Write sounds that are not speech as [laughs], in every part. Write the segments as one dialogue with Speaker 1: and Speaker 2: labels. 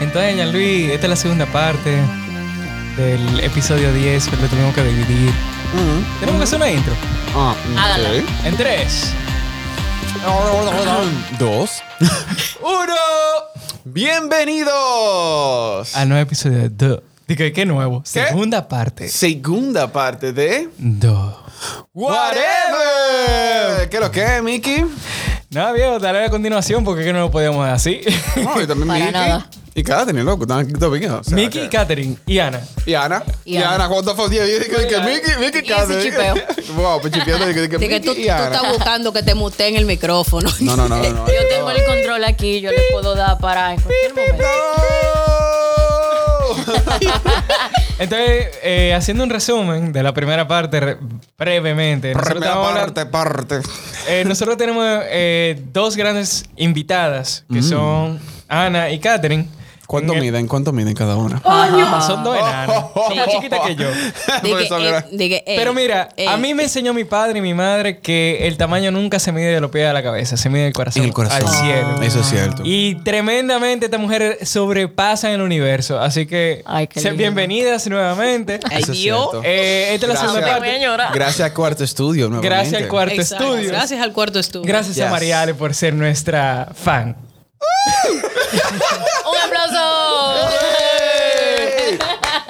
Speaker 1: Entonces, Jean-Louis, esta es la segunda parte del episodio 10 que lo tuvimos que dividir.
Speaker 2: Mm.
Speaker 1: Tenemos que hacer una intro.
Speaker 3: Ah,
Speaker 2: Hágala.
Speaker 3: ok.
Speaker 1: En 3,
Speaker 3: [laughs] Dos.
Speaker 1: 1.
Speaker 3: Bienvenidos.
Speaker 1: Al nuevo Ah, episodio de Do. Digo, ¿qué nuevo? Segunda parte.
Speaker 3: Segunda parte de
Speaker 1: Do.
Speaker 3: Whatever. ¿Qué es lo que es, [laughs] Mickey?
Speaker 1: No, viejo, dale a continuación porque es que no lo podíamos así.
Speaker 3: [laughs] No, y también
Speaker 2: Para
Speaker 3: Mickey.
Speaker 2: nada.
Speaker 3: Y Katherine, loco. Están aquí también. o sea,
Speaker 1: Mickey,
Speaker 3: que-
Speaker 1: Katherine y Ana.
Speaker 3: Y Ana.
Speaker 2: Y
Speaker 3: Y
Speaker 2: Ana.
Speaker 3: Ana, what the fuck. Yo dije que- que Mickey, Mickey,
Speaker 2: Y ese
Speaker 3: Katherine. [laughs] Wow, pues chipeando. dije que
Speaker 2: De que tú,
Speaker 3: Mickey y
Speaker 2: tú
Speaker 3: Ana.
Speaker 2: estás buscando que te muteen el micrófono.
Speaker 3: No, no,
Speaker 2: [laughs]
Speaker 3: no, no, no.
Speaker 4: [laughs] Yo tengo
Speaker 2: este
Speaker 4: el control aquí, yo le puedo dar para en cualquier momento.
Speaker 3: [laughs]
Speaker 1: Entonces, eh, haciendo un resumen de la primera parte re- brevemente. nosotros
Speaker 3: Primera
Speaker 1: estábamos hablando-
Speaker 3: parte, parte.
Speaker 1: [laughs] Eh, nosotros tenemos eh, dos grandes invitadas,
Speaker 3: Mm.
Speaker 1: que son Ana y Katherine.
Speaker 3: ¿Cuánto
Speaker 1: En el-
Speaker 3: miden? ¿Cuánto miden cada una?
Speaker 1: [laughs] Ah, Son dos enanas. Son más chiquitas que yo.
Speaker 3: Por
Speaker 2: Dije,
Speaker 3: eso,
Speaker 4: eh,
Speaker 3: mira.
Speaker 1: Pero mira, a mí me enseñó mi padre y mi madre que el tamaño nunca se mide de los pies a la cabeza, se mide del corazón.
Speaker 3: En el corazón. Ah.
Speaker 1: Al cielo.
Speaker 3: Eso es cierto.
Speaker 1: Y tremendamente estas mujeres sobrepasan el universo. Así que
Speaker 4: Ay, qué
Speaker 1: sean
Speaker 4: lindo.
Speaker 1: bienvelas nuevamente.
Speaker 2: Ay,
Speaker 3: Eso es
Speaker 2: Dios.
Speaker 3: cierto.
Speaker 1: Eh, esta es la
Speaker 3: Gracias.
Speaker 1: segunda
Speaker 4: Te voy a
Speaker 1: parte.
Speaker 4: llorar.
Speaker 3: Gracias a Cuarto Estudio nuevamente.
Speaker 1: Gracias al cuarto
Speaker 2: Exacto.
Speaker 1: estudio.
Speaker 2: Gracias al cuarto estudio.
Speaker 1: Gracias a
Speaker 3: Yes.
Speaker 1: Mariale por ser nuestra fan.
Speaker 4: ¡Un aplauso!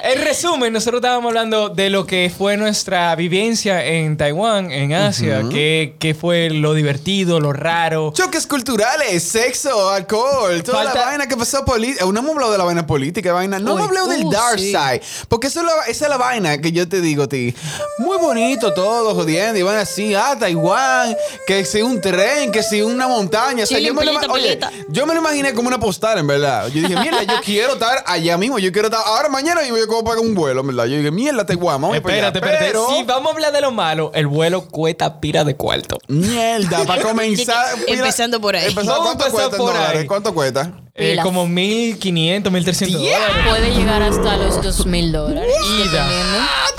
Speaker 3: [laughs]
Speaker 1: En resumen, nosotros estábamos hablando de lo que fue nuestra vivencia en Taiwán, en Asia, que, que fue lo divertido, lo raro.
Speaker 3: Choques culturales, sexo, alcohol, toda
Speaker 1: Falta-
Speaker 3: la vaina que pasó política. No hemos hablado de la vaina política, vaina. No
Speaker 2: Uy,
Speaker 3: hemos hablado del
Speaker 2: uh,
Speaker 3: dark
Speaker 2: sí.
Speaker 3: side. Porque eso es la- esa es la vaina que yo te digo a ti. Muy bonito todo, jodiendo. Y van así, ah, Taiwán, que si un tren, que si una montaña. O sea,
Speaker 4: Chilling,
Speaker 3: yo me, lo, ima-
Speaker 4: pelito,
Speaker 3: oye,
Speaker 4: pelita.
Speaker 3: yo me lo imaginé como una postal, en verdad. Yo dije, mierda, yo quiero estar allá mismo. Yo quiero estar ahora, mañana, y voy a pagar un vuelo, en verdad. Yo dije, mierda, Taiwán, vamos para allá.
Speaker 1: espérate, espérate.
Speaker 3: Pero-
Speaker 1: Si vamos a hablar de lo malo, el vuelo cuesta pira de cuarto.
Speaker 3: Mierda,
Speaker 4: [laughs]
Speaker 3: para comenzar. mira,
Speaker 2: Empezando por ahí.
Speaker 3: empezar,
Speaker 1: Vamos a
Speaker 3: ¿Cuánto
Speaker 1: empezar
Speaker 3: cuesta en
Speaker 1: por
Speaker 3: dólares?
Speaker 1: ahí.
Speaker 3: ¿Cuánto cuesta?
Speaker 1: Eh,
Speaker 4: Pilas.
Speaker 1: como 1500, 1300 dólares.
Speaker 4: Puede llegar hasta los 2 mil dólares. dependiendo.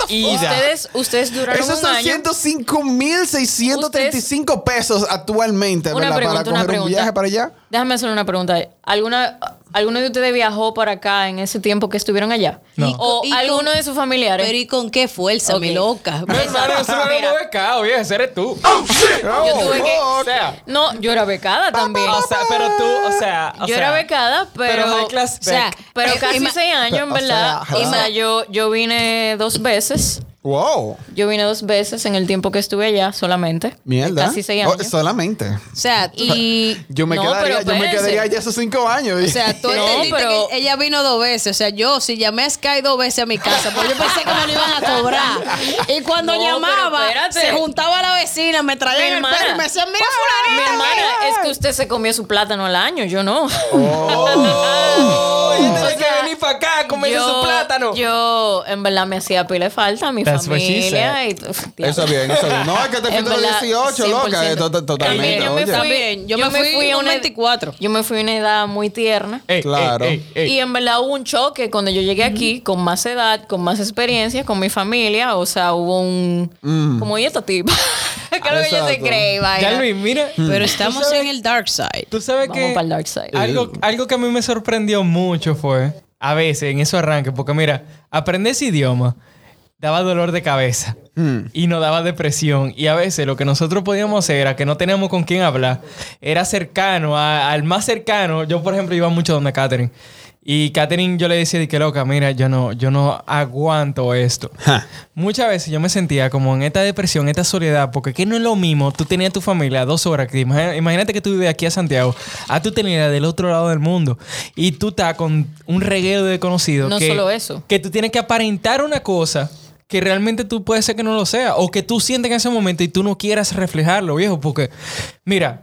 Speaker 1: Ida.
Speaker 4: Ustedes, ustedes
Speaker 3: Ah,
Speaker 4: duraron
Speaker 3: Esos
Speaker 4: un
Speaker 3: son
Speaker 4: año.
Speaker 3: 105.635 pesos actualmente,
Speaker 4: Una
Speaker 3: ¿verdad?
Speaker 4: pregunta,
Speaker 3: para coger
Speaker 4: una
Speaker 3: un
Speaker 4: pregunta.
Speaker 3: viaje para allá.
Speaker 4: Déjame hacer una pregunta. ¿Alguna, ¿Alguno de ustedes viajó para acá en ese tiempo que estuvieron allá?
Speaker 1: No.
Speaker 4: ¿O
Speaker 2: Y con-
Speaker 4: alguno de sus familiares?
Speaker 2: Pero ¿y con qué fuerza,
Speaker 4: Ok.
Speaker 2: mi loca?
Speaker 1: No, hermano, eso no
Speaker 4: Mira.
Speaker 1: lo becado, viejo. Ese eres tú.
Speaker 3: Oh,
Speaker 4: yo tuve que...
Speaker 3: fuck.
Speaker 1: O sea,
Speaker 4: No, yo era becada también.
Speaker 1: o sea, pero tú, o sea. Ah, o
Speaker 4: yo
Speaker 1: sea,
Speaker 4: era becada, pero...
Speaker 1: Pero de clase
Speaker 2: o sea,
Speaker 1: back.
Speaker 4: Pero
Speaker 2: Eh,
Speaker 4: casi
Speaker 2: ima-
Speaker 4: seis años, en
Speaker 3: o sea,
Speaker 4: verdad. O
Speaker 3: hello.
Speaker 4: sea, yo, yo vine dos veces.
Speaker 3: Wow.
Speaker 4: Yo vine dos veces en el tiempo que estuve allá solamente.
Speaker 3: Mierda.
Speaker 4: Casi seis
Speaker 3: Oh,
Speaker 4: años.
Speaker 3: solamente.
Speaker 2: O sea, tú-
Speaker 4: [laughs] y
Speaker 3: Yo me,
Speaker 4: no,
Speaker 3: quedaría,
Speaker 4: pero
Speaker 3: yo me
Speaker 4: espérense.
Speaker 3: quedaría allá esos cinco años.
Speaker 2: O
Speaker 3: [laughs]
Speaker 2: sea, tú
Speaker 4: No,
Speaker 2: entendiste
Speaker 4: pero-
Speaker 2: que ella vino dos veces. O sea, yo si llamé a Sky dos veces a mi casa, porque yo pensé que me lo iban a cobrar. Y cuando
Speaker 4: [laughs] No, pero
Speaker 2: llamaba,
Speaker 4: espérate.
Speaker 2: se juntaba la vecina, me
Speaker 4: Mi
Speaker 2: traían el
Speaker 4: hermana. Pues
Speaker 2: perro y me decían, mira
Speaker 4: Mi
Speaker 2: fulanita.
Speaker 4: hermana, es que usted se comió su plátano al año, yo no. [laughs] Ah,
Speaker 1: Oh, yo tengo
Speaker 4: O sea,
Speaker 1: que venir para acá a comerse su plátano.
Speaker 4: Yo, en verdad, me hacía pila de falta a mi
Speaker 1: That's what she
Speaker 4: familia.
Speaker 1: said.
Speaker 4: Y, uf,
Speaker 3: Eso es bien, eso es bien. No, es que te
Speaker 4: En
Speaker 3: fuiste a los
Speaker 4: verdad,
Speaker 3: 18, loca.
Speaker 4: 100%.
Speaker 3: eh, to- to-
Speaker 4: También
Speaker 3: Totalmente.
Speaker 4: yo me
Speaker 3: oye.
Speaker 4: fui-
Speaker 2: También, yo, me fui, a
Speaker 4: a
Speaker 2: un
Speaker 4: una-
Speaker 2: 24.
Speaker 4: Yo me fui a una edad muy tierna.
Speaker 1: Ey, ey,
Speaker 3: Claro.
Speaker 1: ey, ey.
Speaker 4: Y en verdad hubo un choque cuando yo llegué aquí con más edad, con más experiencia, con mi familia. O sea, hubo un.
Speaker 1: Mm.
Speaker 4: Como y esta tipa. Creo [laughs] que yo se
Speaker 3: Exacto.
Speaker 4: cree, y vaina.
Speaker 1: Ya, Luis, mira.
Speaker 2: Pero estamos en el dark side.
Speaker 1: Tú sabes
Speaker 4: Vamos
Speaker 1: que
Speaker 4: para el dark [laughs] side.
Speaker 1: algo, algo que a mí me sorprendió mucho fue, a veces, en esos arranques, porque mira, aprender ese idioma daba dolor de cabeza y nos daba depresión. Y a veces lo que nosotros podíamos hacer era que no teníamos con quién hablar. Era cercano, a- al más cercano. Yo, por ejemplo, iba mucho donde Katherine. Y Katherine yo le decía, de que loca, mira, yo no, yo no aguanto esto. Muchas veces yo me sentía como en esta depresión, esta soledad, porque que no es lo mismo. Tú tenías tu familia a dos horas. que imagina- imagínate que tú vives aquí a Santiago, a tu tenías del otro lado del mundo. Y tú estás con un reguero de conocidos.
Speaker 4: No
Speaker 1: que-
Speaker 4: solo eso.
Speaker 1: Que tú tienes que aparentar una cosa que realmente tú puedes ser que no lo sea. O que tú sientes en ese momento y tú no quieras reflejarlo, viejo. Porque, mira,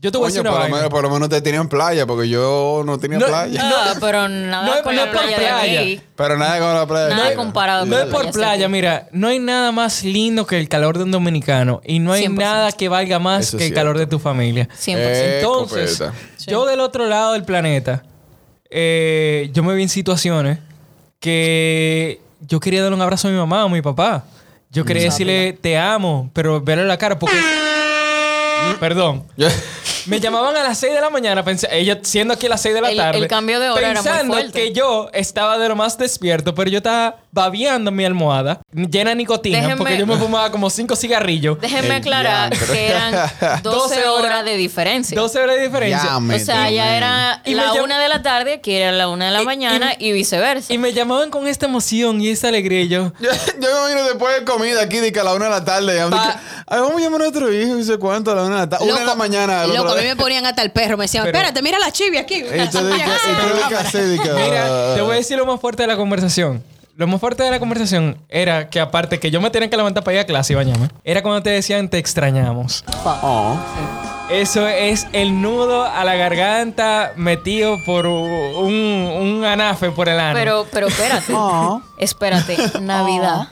Speaker 1: yo te voy a
Speaker 3: Coño,
Speaker 1: decir una
Speaker 3: por, lo
Speaker 1: vaina.
Speaker 3: menos, por lo menos te tenían playa, porque yo no tenía
Speaker 1: No,
Speaker 3: playa.
Speaker 4: Ah, pero nada
Speaker 1: No es-
Speaker 4: con
Speaker 1: no
Speaker 4: la
Speaker 1: es por
Speaker 4: playa,
Speaker 1: playa.
Speaker 4: de aquí.
Speaker 3: Pero nada con la playa.
Speaker 4: Nada
Speaker 3: que-
Speaker 4: comparado con
Speaker 1: No
Speaker 4: la
Speaker 1: es por
Speaker 4: playa,
Speaker 1: playa,
Speaker 4: seguro.
Speaker 1: mira, no hay nada más lindo que el calor de un dominicano y no hay
Speaker 4: 100%.
Speaker 1: nada que valga más
Speaker 3: Eso es
Speaker 1: que el calor de tu familia.
Speaker 4: 100%.
Speaker 3: Eh,
Speaker 1: Entonces,
Speaker 3: copeta.
Speaker 1: yo del otro lado del planeta, eh, yo me vi en situaciones que yo quería darle un abrazo a mi mamá o a mi papá. Yo
Speaker 4: Mm.
Speaker 1: quería decirle, te amo, pero verle la cara porque... Perdón.
Speaker 3: Yo-
Speaker 1: Me llamaban a las 6 de la mañana, pens- ella siendo aquí a las 6 de la
Speaker 4: El-
Speaker 1: tarde.
Speaker 4: el cambio de hora era muy
Speaker 1: Pensando
Speaker 4: fuerte.
Speaker 1: que yo estaba de lo más despierto, pero yo estaba babeando en mi almohada, llena de nicotina,
Speaker 4: Déjenme-
Speaker 1: porque yo me fumaba como 5 cigarrillos.
Speaker 4: Déjenme
Speaker 5: El
Speaker 4: aclarar
Speaker 5: diantre.
Speaker 1: [laughs]
Speaker 4: que eran
Speaker 1: 12
Speaker 4: 12
Speaker 1: horas
Speaker 4: horas de diferencia.
Speaker 1: 12 horas de diferencia.
Speaker 5: Ya,
Speaker 4: O
Speaker 5: me
Speaker 4: sea, ya
Speaker 5: tomé.
Speaker 4: era
Speaker 1: Y me
Speaker 4: la
Speaker 1: llam-
Speaker 4: una de la tarde, que era la una de la mañana, y, viceversa.
Speaker 1: Y me llamaban con esta emoción y esta alegría. Y yo,
Speaker 5: Yo, yo me imagino después de comida aquí, de que a la una de la tarde. ya, de que, Ay, vamos a llamar a nuestro hijo, no sé cuánto, a la una de la tarde. Una de la
Speaker 2: Loco,
Speaker 5: mañana. al otro
Speaker 2: Loco, a mí
Speaker 5: día.
Speaker 2: me ponían hasta el perro. Me decían,
Speaker 1: Pero-
Speaker 2: espérate, mira la chivia aquí.
Speaker 5: Y tú
Speaker 2: [laughs]
Speaker 5: de que- y tú de que así, de que,
Speaker 1: Mira, te voy a
Speaker 5: ah.
Speaker 1: decir lo más fuerte de la conversación. Lo más fuerte de la conversación era que aparte que yo me tenía que levantar para ir a clase y bañarme, era cuando te decían te extrañamos.
Speaker 5: Oh.
Speaker 1: Eso es el nudo a la garganta metido por un, un anafe por el ano.
Speaker 4: Pero, pero
Speaker 2: [laughs]
Speaker 4: espérate.
Speaker 2: Ah.
Speaker 5: Oh.
Speaker 4: Espérate. Navidad.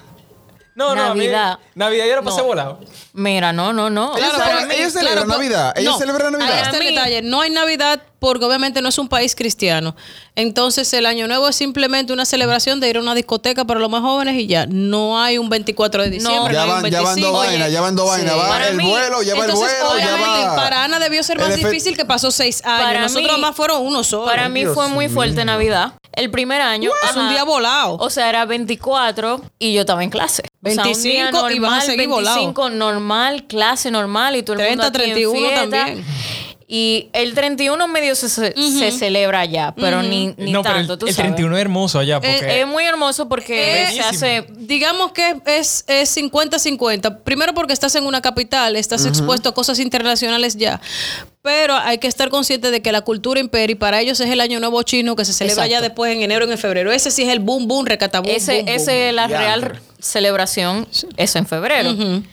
Speaker 1: no, no, a mí-
Speaker 4: Navidad.
Speaker 1: Navidad yo lo pasé
Speaker 4: No.
Speaker 1: volado.
Speaker 4: Mira, no, no,
Speaker 5: Ellos
Speaker 4: no. Claro,
Speaker 5: celebran-
Speaker 4: para mí-
Speaker 5: ellos celebran
Speaker 2: po-
Speaker 5: Navidad. Ellos
Speaker 2: no,
Speaker 5: celebran Navidad.
Speaker 2: Ahí está
Speaker 4: Para
Speaker 2: Este el
Speaker 4: mí-
Speaker 2: detalle. No hay Navidad porque obviamente no es un país cristiano. Entonces el Año Nuevo es simplemente una celebración de ir a una discoteca para los más jóvenes y ya. No hay un 24 de diciembre, no,
Speaker 5: Ya
Speaker 2: hay
Speaker 5: van,
Speaker 2: un
Speaker 5: ya van
Speaker 2: 25.
Speaker 5: dos vainas, ya van dos vainas. Va
Speaker 4: Para
Speaker 5: el
Speaker 4: mí,
Speaker 5: vuelo, ya va el
Speaker 2: Entonces,
Speaker 5: vuelo, ya
Speaker 2: obviamente,
Speaker 5: va.
Speaker 2: para Ana debió ser más
Speaker 5: el efe-
Speaker 2: difícil que pasó seis años.
Speaker 4: Para
Speaker 2: Nosotros
Speaker 4: mí-
Speaker 2: más fueron uno solo.
Speaker 4: Para mí
Speaker 5: Dios
Speaker 4: fue muy fuerte Navidad. El primer año.
Speaker 2: es un
Speaker 4: ajá.
Speaker 2: día volado.
Speaker 4: O sea, era 24 y yo estaba en clase. O sea, un día
Speaker 2: 25 y vas a seguir volado.
Speaker 4: 25 normal, clase normal y todo el
Speaker 2: 30,
Speaker 4: mundo aquí en
Speaker 2: 31
Speaker 4: fiesta.
Speaker 2: también.
Speaker 4: Y el 31 medio se, se- se celebra allá, pero ni, ni
Speaker 1: no,
Speaker 4: tanto,
Speaker 1: pero
Speaker 4: tú
Speaker 1: el, el
Speaker 4: sabes. Eh,
Speaker 1: 31 es hermoso allá porque
Speaker 4: Es muy hermoso porque
Speaker 2: Eh,
Speaker 4: se hace
Speaker 2: digamos que es es 50-50. Primero porque estás en una capital, estás expuesto a cosas internacionales ya. Pero hay que estar consciente de que la cultura impera y para ellos es el año nuevo chino que se celebra
Speaker 4: Exacto.
Speaker 2: ya después en enero, en febrero. Ese sí es el boom, boom, recatabum.
Speaker 4: ese,
Speaker 2: boom, boom.
Speaker 4: ese la
Speaker 5: Ya.
Speaker 4: real celebración, eso en febrero.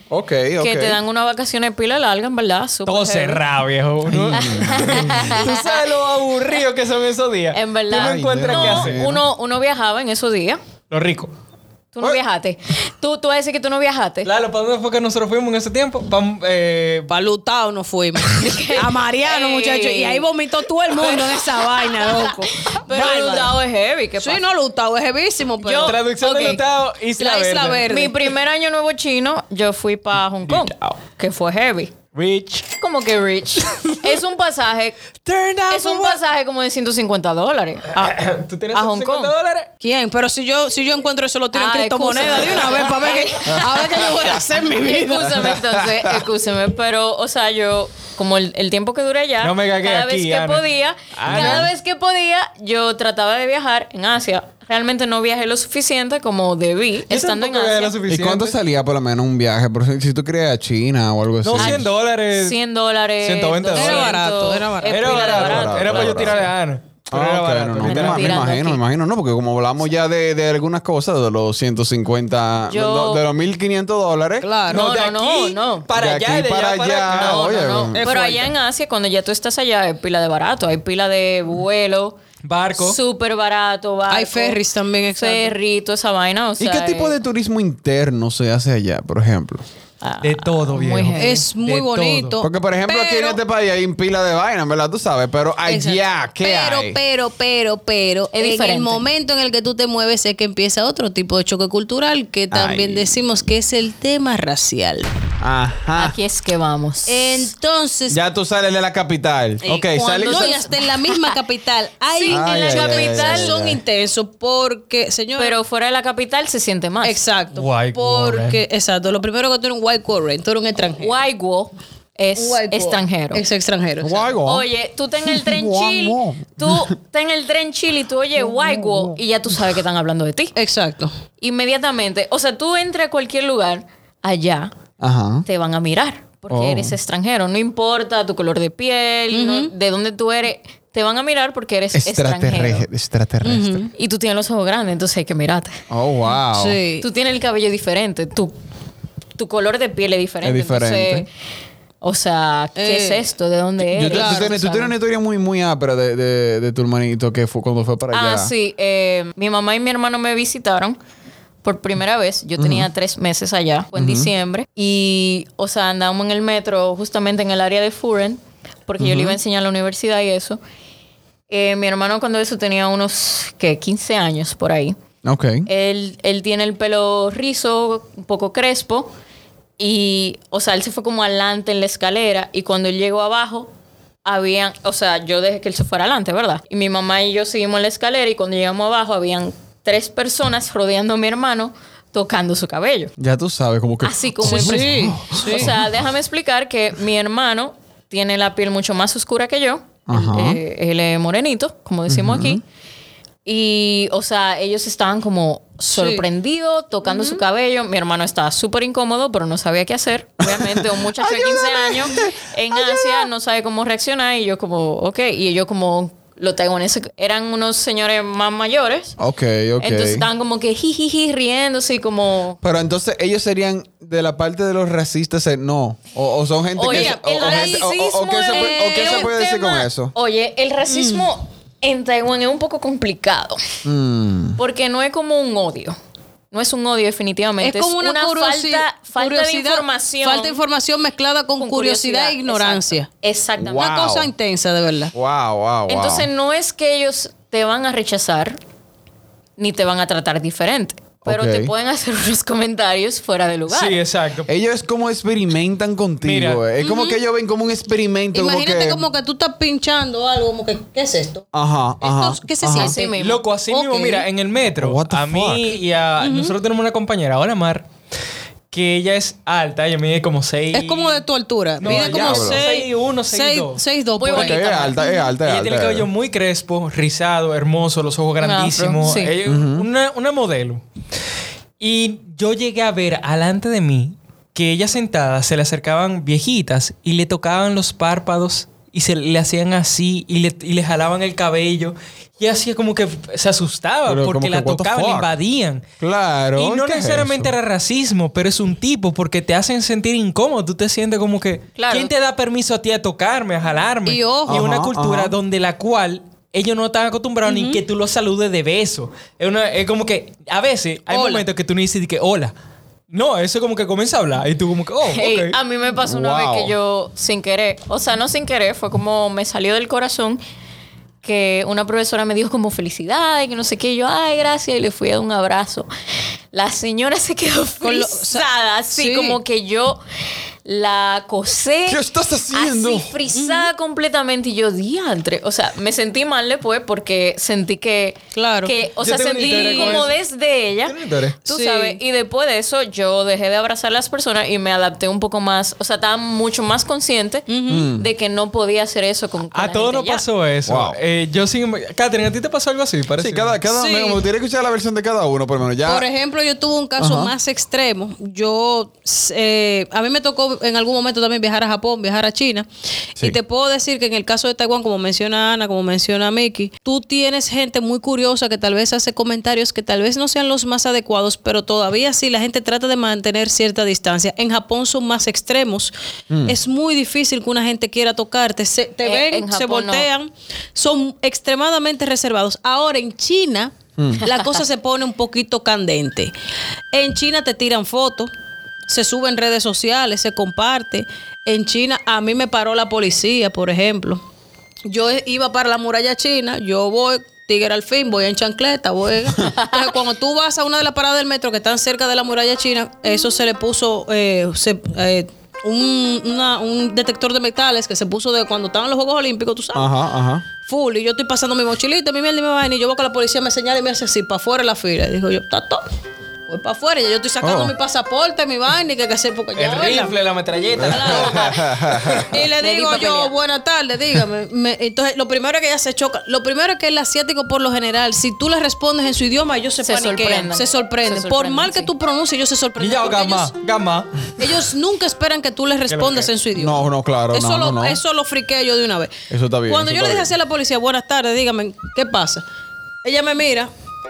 Speaker 5: Ok, ok.
Speaker 4: Que te dan unas vacaciones pila larga, en verdad. súper
Speaker 1: todo
Speaker 4: heavy.
Speaker 1: cerrado, viejo. ¿no?
Speaker 4: [laughs]
Speaker 1: Tú sabes lo aburrido que son esos días.
Speaker 4: En verdad.
Speaker 1: Tú no encuentras
Speaker 5: Ay,
Speaker 1: qué
Speaker 5: no.
Speaker 1: hacer.
Speaker 4: Uno, uno viajaba en esos días.
Speaker 1: Lo rico.
Speaker 4: Tú no viajaste. Tú, tú vas a decir que tú no viajaste.
Speaker 1: Lalo, ¿para dónde fue que nosotros fuimos en ese tiempo? Pa- eh,
Speaker 2: Palutao
Speaker 4: [laughs]
Speaker 2: no fuimos. a Mariano,
Speaker 4: Ey.
Speaker 2: muchachos. Y ahí vomitó todo el mundo en esa vaina, loco.
Speaker 4: [laughs] Pero el
Speaker 2: Bárbaro.
Speaker 4: Lutao es heavy. ¿qué
Speaker 2: Sí,
Speaker 4: pasa?
Speaker 2: no, Lutao es heavísimo, pero...
Speaker 4: Yo-
Speaker 1: Traducción
Speaker 4: ok.
Speaker 1: de Lutao, Isla,
Speaker 2: La Isla
Speaker 1: Verde.
Speaker 2: Verde.
Speaker 4: Mi primer año nuevo chino, yo fui para Hong Kong,
Speaker 1: Lutao.
Speaker 4: que fue heavy.
Speaker 1: Rich.
Speaker 4: Como que rich. [laughs] es un pasaje,
Speaker 1: Turn
Speaker 4: es un pasaje como de 150 dólares. A,
Speaker 1: Ah, [clears throat] ¿Tú tienes
Speaker 4: a Hong
Speaker 1: 150
Speaker 4: Kong.
Speaker 1: dólares?
Speaker 2: ¿Quién? Pero si yo, si yo encuentro eso, lo tiro
Speaker 4: Ah,
Speaker 2: en criptomonedas
Speaker 4: excusa.
Speaker 2: de una vez para ver qué a
Speaker 4: [laughs]
Speaker 2: ver qué yo voy a hacer en mi vida.
Speaker 4: Excúsame entonces, excúsame, pero o sea, yo como el, el tiempo que duré allá,
Speaker 1: No me cagué
Speaker 4: cada vez
Speaker 1: aquí,
Speaker 4: que
Speaker 1: Ana. Ah,
Speaker 4: podía,
Speaker 1: Ana.
Speaker 4: cada vez que podía, yo trataba de viajar en Asia. Realmente no viajé lo suficiente como debí
Speaker 1: Yo
Speaker 4: estando en
Speaker 1: tampoco gané
Speaker 4: Asia.
Speaker 1: lo
Speaker 5: ¿Y
Speaker 1: suficiente.
Speaker 5: cuánto salía por lo menos un viaje? Por si, si tú querías ir a China o algo así.
Speaker 1: No, 100 dólares.
Speaker 4: 100 dólares.
Speaker 1: 190 dólares. Era
Speaker 2: barato, era barato.
Speaker 4: es
Speaker 1: Era
Speaker 4: pila de
Speaker 1: barato.
Speaker 5: barato,
Speaker 1: Era para yo
Speaker 5: barato.
Speaker 1: tirarle a Ana. Pero
Speaker 5: Ah,
Speaker 1: era
Speaker 5: ok,
Speaker 1: barato.
Speaker 5: no, no, me,
Speaker 1: literal.
Speaker 5: ima- me
Speaker 4: Tirando
Speaker 5: imagino,
Speaker 4: aquí.
Speaker 5: me imagino, no, porque como hablamos ya de, de algunas cosas, de los 150,
Speaker 4: Yo-
Speaker 5: de, de los 1.500 dólares.
Speaker 2: Claro.
Speaker 4: No,
Speaker 1: de
Speaker 4: no, no,
Speaker 1: aquí
Speaker 4: no.
Speaker 1: Para
Speaker 5: De
Speaker 1: allá,
Speaker 5: aquí
Speaker 1: y de allá
Speaker 5: para allá.
Speaker 1: acá.
Speaker 4: No,
Speaker 5: oye,
Speaker 4: no, no.
Speaker 5: es
Speaker 4: Pero allá en Asia, cuando ya tú estás allá, hay pila de barato. Hay pila de vuelo.
Speaker 1: Barco.
Speaker 4: Súper barato. barco,
Speaker 2: Hay ferries también, exacto.
Speaker 4: Ferry, toda esa vaina. O
Speaker 5: ¿Y
Speaker 4: sea, eh.
Speaker 5: qué tipo de
Speaker 4: es-
Speaker 5: turismo interno se hace allá, por ejemplo?
Speaker 4: ah,
Speaker 5: Eh,
Speaker 1: De todo,
Speaker 4: muy
Speaker 1: viejo.
Speaker 4: heavy.
Speaker 2: Es muy
Speaker 1: De todo.
Speaker 2: bonito.
Speaker 5: Porque, por ejemplo, aquí en
Speaker 2: pero-
Speaker 5: este país hay un pila de vainas, ¿verdad? Tú sabes, pero allá,
Speaker 2: Exacto.
Speaker 5: ¿qué
Speaker 2: pero,
Speaker 5: hay?
Speaker 2: pero, pero, pero,
Speaker 4: Es
Speaker 2: en
Speaker 4: diferente.
Speaker 2: el momento en el que tú te mueves es que empieza otro tipo de choque cultural que también
Speaker 5: Ay.
Speaker 2: decimos que es el tema racial.
Speaker 5: Ajá.
Speaker 4: ah, Aquí es que vamos.
Speaker 2: Entonces,
Speaker 5: Ya tú sales de la capital.
Speaker 2: eh,
Speaker 5: ok,
Speaker 2: cuando-
Speaker 5: sales.
Speaker 2: no, y hasta en
Speaker 4: [laughs]
Speaker 2: la misma capital. Hay
Speaker 4: Sí, en
Speaker 5: Ay,
Speaker 4: la
Speaker 5: ay, ay,
Speaker 4: capital
Speaker 5: ay,
Speaker 2: son
Speaker 5: ay.
Speaker 2: intensos porque, señor,
Speaker 4: Pero fuera de la capital se siente más.
Speaker 2: exacto,
Speaker 1: White
Speaker 2: porque exacto, lo primero que tú eres un white current, tú eres un extranjero.
Speaker 4: Guayguo es
Speaker 2: Guayco.
Speaker 4: extranjero.
Speaker 2: Es extranjero. exacto.
Speaker 5: Guago.
Speaker 4: Oye, tú estás en el tren
Speaker 5: Guau,
Speaker 4: chill,
Speaker 5: guau.
Speaker 4: tú estás en el tren chill y tú oyes guayguo y ya tú sabes que están hablando de ti.
Speaker 2: Exacto.
Speaker 4: Inmediatamente. O sea, tú entras a cualquier lugar allá,
Speaker 5: Ajá.
Speaker 4: te van a mirar porque
Speaker 5: Oh.
Speaker 4: eres extranjero. No importa tu color de piel, no- de dónde tú eres, te van a mirar porque eres
Speaker 5: Extraterrestre.
Speaker 4: extranjero.
Speaker 5: Extraterrestre.
Speaker 4: Y tú tienes los ojos grandes, entonces hay que mirarte.
Speaker 5: Oh, wow.
Speaker 2: Sí.
Speaker 4: Tú tienes el cabello diferente, tu, tu color de piel es diferente.
Speaker 5: Es diferente.
Speaker 4: entonces, o sea, ¿qué
Speaker 2: Eh,
Speaker 4: es esto? ¿De dónde
Speaker 5: Yo-
Speaker 4: eres?
Speaker 5: tú,
Speaker 4: Claro,
Speaker 5: tienes, tú
Speaker 4: sabes.
Speaker 5: tienes una historia muy, muy ápera de, de, de tu hermanito que fue cuando fue para allá.
Speaker 4: Ah, sí. eh, mi mamá y mi hermano me visitaron por primera vez. Yo tenía tres meses allá, fue en diciembre. Y, o sea, andábamos en el metro justamente en el área de Furen, porque yo le iba a enseñar a la universidad y eso. Eh, mi hermano cuando eso tenía unos, ¿qué? 15 años por ahí.
Speaker 5: Ok.
Speaker 4: Él, él tiene el pelo rizo, un poco crespo. Y, o sea, él se fue como adelante en la escalera. Y cuando él llegó abajo, habían, o sea, yo dejé que él se fuera adelante, ¿verdad? Y mi mamá y yo seguimos en la escalera y cuando llegamos abajo habían tres personas rodeando a mi hermano tocando su cabello.
Speaker 5: Ya tú sabes, como que.
Speaker 4: Así como en
Speaker 2: Sí,
Speaker 4: O sea, déjame explicar que mi hermano tiene la piel mucho más oscura que yo.
Speaker 5: Ajá.
Speaker 4: Él, eh, él es morenito, como decimos aquí. Y, o sea, ellos estaban como sorprendidos, tocando su cabello. Mi hermano estaba súper incómodo, pero no sabía qué hacer. Obviamente, un muchacho de 15 años en Asia no sabe cómo reaccionar. Y yo como, ok. Y yo como, lo tengo en ese... Eran unos señores más mayores.
Speaker 5: Ok, ok.
Speaker 4: Entonces estaban como que jijiji, riéndose y como...
Speaker 5: Pero entonces ellos serían de la parte de los racistas, eh, no. O, o son gente
Speaker 4: Oye,
Speaker 5: que. o-
Speaker 4: el
Speaker 5: o gente- o- o- o qué se
Speaker 4: racismo
Speaker 5: puede- o qué
Speaker 4: es
Speaker 5: se
Speaker 4: un
Speaker 5: puede decir con
Speaker 4: tema-
Speaker 5: eso?
Speaker 4: Oye,
Speaker 2: Mm.
Speaker 4: el racismo en Taiwán es un poco complicado.
Speaker 5: Mm.
Speaker 4: Porque no es como un odio. No es un odio, definitivamente.
Speaker 2: es como una, curiosi-
Speaker 4: falta, falta de
Speaker 2: curiosidad-
Speaker 4: información.
Speaker 2: Falta de información mezclada con,
Speaker 4: con
Speaker 2: curiosidad, e ignorancia.
Speaker 4: Exacto. Exactamente.
Speaker 5: Wow.
Speaker 2: Una cosa intensa, de verdad.
Speaker 5: Wow, wow, wow.
Speaker 4: Entonces no es que ellos te van a rechazar ni te van a tratar diferente. Pero
Speaker 5: Ok.
Speaker 4: te pueden hacer [laughs] unos comentarios fuera de lugar.
Speaker 1: Sí, exacto.
Speaker 5: Ellos es como experimentan contigo.
Speaker 1: Mira.
Speaker 5: eh. Es como que ellos ven como un experimento.
Speaker 2: Imagínate
Speaker 5: como
Speaker 2: como que tú estás pinchando algo, como que, ¿qué es esto?
Speaker 5: Ajá, ajá.
Speaker 2: Esto- ¿Qué se
Speaker 5: ajá.
Speaker 2: siente?
Speaker 4: Así mismo.
Speaker 1: Loco, así mismo,
Speaker 2: Ok.
Speaker 1: mira, en el metro,
Speaker 5: What the
Speaker 1: a
Speaker 5: fuck?
Speaker 1: mí y a... Nosotros tenemos una compañera, hola Mar, que ella es alta, ella mide como 6...
Speaker 2: Es como de tu altura.
Speaker 1: No,
Speaker 2: Mide como
Speaker 5: diablo.
Speaker 2: 6,
Speaker 1: 6'1", 6'2".
Speaker 4: Muy
Speaker 5: Porque es alta, es alta, es
Speaker 1: Ella tiene el
Speaker 5: alta.
Speaker 1: cabello muy crespo, rizado, hermoso, los ojos grandísimos.
Speaker 4: afro, sí.
Speaker 1: Ella- una, una modelo. Y yo llegué a ver alante de mí que ella sentada se le acercaban viejitas y le tocaban los párpados y se le hacían así y le, y le jalaban el cabello. Y hacía como que se asustaba
Speaker 5: Pero como
Speaker 1: porque la
Speaker 5: que, what the
Speaker 1: tocaban, la
Speaker 5: fuck?
Speaker 1: invadían.
Speaker 5: Claro.
Speaker 1: Y no
Speaker 5: ¿qué es
Speaker 1: necesariamente
Speaker 5: eso?
Speaker 1: era racismo, pero es un tipo porque te hacen sentir incómodo. Tú te sientes como que.
Speaker 4: Claro.
Speaker 1: ¿Quién te da permiso a ti a tocarme, a jalarme?
Speaker 2: Y ojo.
Speaker 1: es una
Speaker 5: Ajá,
Speaker 1: cultura
Speaker 5: ajá.
Speaker 1: donde la cual. Ellos no están acostumbrados ni que tú los saludes de beso. Es, una- es como que a veces hay
Speaker 2: Hola.
Speaker 1: momentos que tú no dices de que hola. No, eso como que comienza a hablar y tú como que, oh,
Speaker 4: Hey,
Speaker 1: ok.
Speaker 4: a mí me pasó una
Speaker 5: Wow.
Speaker 4: vez que yo, sin querer, o sea, no sin querer, fue como me salió del corazón que una profesora me dijo como felicidades, que no sé qué, y yo, ay, gracias, y le fui a dar un abrazo. La señora se quedó
Speaker 2: Con lo-
Speaker 4: frisada, así
Speaker 2: sí.
Speaker 4: como que yo la cosé.
Speaker 5: ¿Qué estás haciendo?
Speaker 4: Así frisada completamente, y yo, diantre. O sea, me sentí mal después porque sentí que.
Speaker 2: Claro.
Speaker 4: que- o
Speaker 1: Yo
Speaker 4: sea,
Speaker 1: tengo una
Speaker 4: sentí
Speaker 1: historia con
Speaker 4: como
Speaker 1: eso.
Speaker 4: desde ella.
Speaker 5: Tiene interés.
Speaker 4: Tú
Speaker 2: Sí.
Speaker 4: sabes, y después de eso yo dejé de abrazar a las personas y me adapté un poco más, o sea, estaba mucho más consciente
Speaker 5: Mm.
Speaker 4: de que no podía hacer eso con,
Speaker 5: Ah,
Speaker 4: con
Speaker 1: a
Speaker 4: la
Speaker 1: todos
Speaker 4: gente
Speaker 1: nos
Speaker 4: ya.
Speaker 1: pasó eso.
Speaker 5: Wow.
Speaker 1: Eh, yo sin... Catherine, ¿a ti te pasó algo así? Parece.
Speaker 5: Sí, cada, cada
Speaker 2: Sí.
Speaker 5: me gustaría escuchar la versión de cada uno, por lo menos ya.
Speaker 2: Por ejemplo, yo tuve un caso
Speaker 5: Ajá.
Speaker 2: más extremo. Yo, eh, a mí me tocó en algún momento también viajar a Japón, viajar a China.
Speaker 5: Sí.
Speaker 2: Y te puedo decir que en el caso de Taiwán, como menciona Ana, como menciona Miki, tú tienes gente muy curiosa que tal vez hace comentarios que tal vez no sean los más adecuados, pero todavía sí la gente trata de mantener cierta distancia. En Japón son más extremos.
Speaker 5: Mm.
Speaker 2: Es muy difícil que una gente quiera tocarte. Se- te
Speaker 4: Eh,
Speaker 2: ven,
Speaker 4: en
Speaker 2: se
Speaker 4: Japón no.
Speaker 2: voltean están, son extremadamente reservados. Ahora en China la cosa se pone un poquito candente. En China te tiran fotos, se suben redes sociales, se comparte. En China a mí me paró la policía, por ejemplo. Yo e- iba para la muralla china, yo voy tigre al fin, voy en chancleta, voy. Entonces, cuando tú vas a una de las paradas del metro que están cerca de la muralla china, eso se le puso eh, se- eh, un, una- un detector de metales que se puso de cuando estaban los Juegos Olímpicos, tú sabes
Speaker 5: Ajá, ajá.
Speaker 2: full y yo estoy pasando mi mochilita, mi mierda y mi vaina y yo veo que la policía me señala y me hace así, para afuera de la fila. Y digo yo, tato, voy para afuera y ya yo estoy sacando
Speaker 5: Oh.
Speaker 2: mi pasaporte, mi vaina y que, que sé, porque ya
Speaker 1: El
Speaker 2: ¿verdad?
Speaker 1: rifle, la [laughs] metralleta.
Speaker 4: [laughs]
Speaker 2: Y le
Speaker 4: Me di
Speaker 2: digo
Speaker 4: pa'
Speaker 2: yo,
Speaker 4: pelear.
Speaker 2: buenas tardes, dígame. Me- entonces, lo primero es que ella se choca. Lo primero es que el asiático, por lo general, si tú le respondes en su idioma, ellos se,
Speaker 4: Se
Speaker 2: paniquean,
Speaker 4: sorprenden.
Speaker 2: se sorprenden.
Speaker 4: Se
Speaker 2: Por
Speaker 4: sorprenden,
Speaker 2: mal que
Speaker 4: sí.
Speaker 2: tú pronuncies, ellos se
Speaker 1: y
Speaker 2: sorprenden.
Speaker 1: ya,
Speaker 2: porque
Speaker 1: gama,
Speaker 2: ellos,
Speaker 1: gama.
Speaker 2: ellos nunca esperan que tú les respondas en su idioma.
Speaker 5: No, no, claro,
Speaker 2: Eso,
Speaker 5: no,
Speaker 2: lo,
Speaker 5: no, no.
Speaker 2: eso lo friqué yo de una vez.
Speaker 5: Eso está bien,
Speaker 2: Cuando
Speaker 5: eso
Speaker 2: yo le
Speaker 5: está
Speaker 2: dije
Speaker 5: bien.
Speaker 2: así a la policía, buenas tardes, dígame, ¿qué pasa? Ella me mira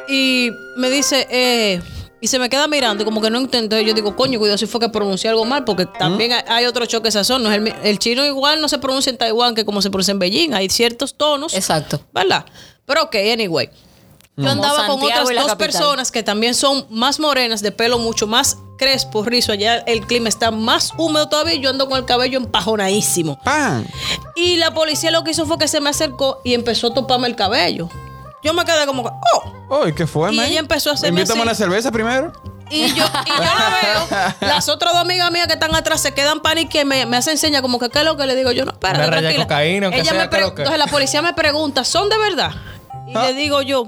Speaker 2: y me dice, eh, y se me queda mirando, y como que no intento. Yo digo, coño, cuidado si fue que pronuncié algo mal, porque también hay- hay otro choque sazón. No es el, mi- el chino igual no se pronuncia en Taiwán que como se pronuncia en Beijing. Hay ciertos tonos.
Speaker 4: Exacto.
Speaker 2: ¿Verdad? Pero ok, anyway. Yo
Speaker 4: Como
Speaker 2: andaba con
Speaker 4: Santiago
Speaker 2: otras
Speaker 4: y la
Speaker 2: dos
Speaker 4: capital.
Speaker 2: personas que también son más morenas, de pelo mucho más crespo, rizo. Allá el clima está más húmedo todavía. y Yo ando con el cabello empajonadísimo.
Speaker 5: ¡Pam!
Speaker 2: Y la policía lo que hizo fue que se me acercó y empezó a toparme el cabello. Yo me quedé como, que, oh,
Speaker 5: ¡Ay, qué fue,
Speaker 2: Y
Speaker 5: man?
Speaker 2: ella empezó a hacerme
Speaker 5: Invítame
Speaker 2: así.
Speaker 5: una cerveza primero.
Speaker 2: Y yo, y yo la veo. Las otras dos amigas mías que están atrás se quedan pan y que me, me hacen señas como que qué es lo que le digo. Yo no, espérate,
Speaker 1: Una raya de
Speaker 2: tranquila.
Speaker 1: cocaína, aunque
Speaker 2: Ella
Speaker 1: sea,
Speaker 2: me pre-
Speaker 1: ¿qué lo que? Ah.
Speaker 2: Entonces la policía me pregunta, ¿son de verdad? Y le digo yo,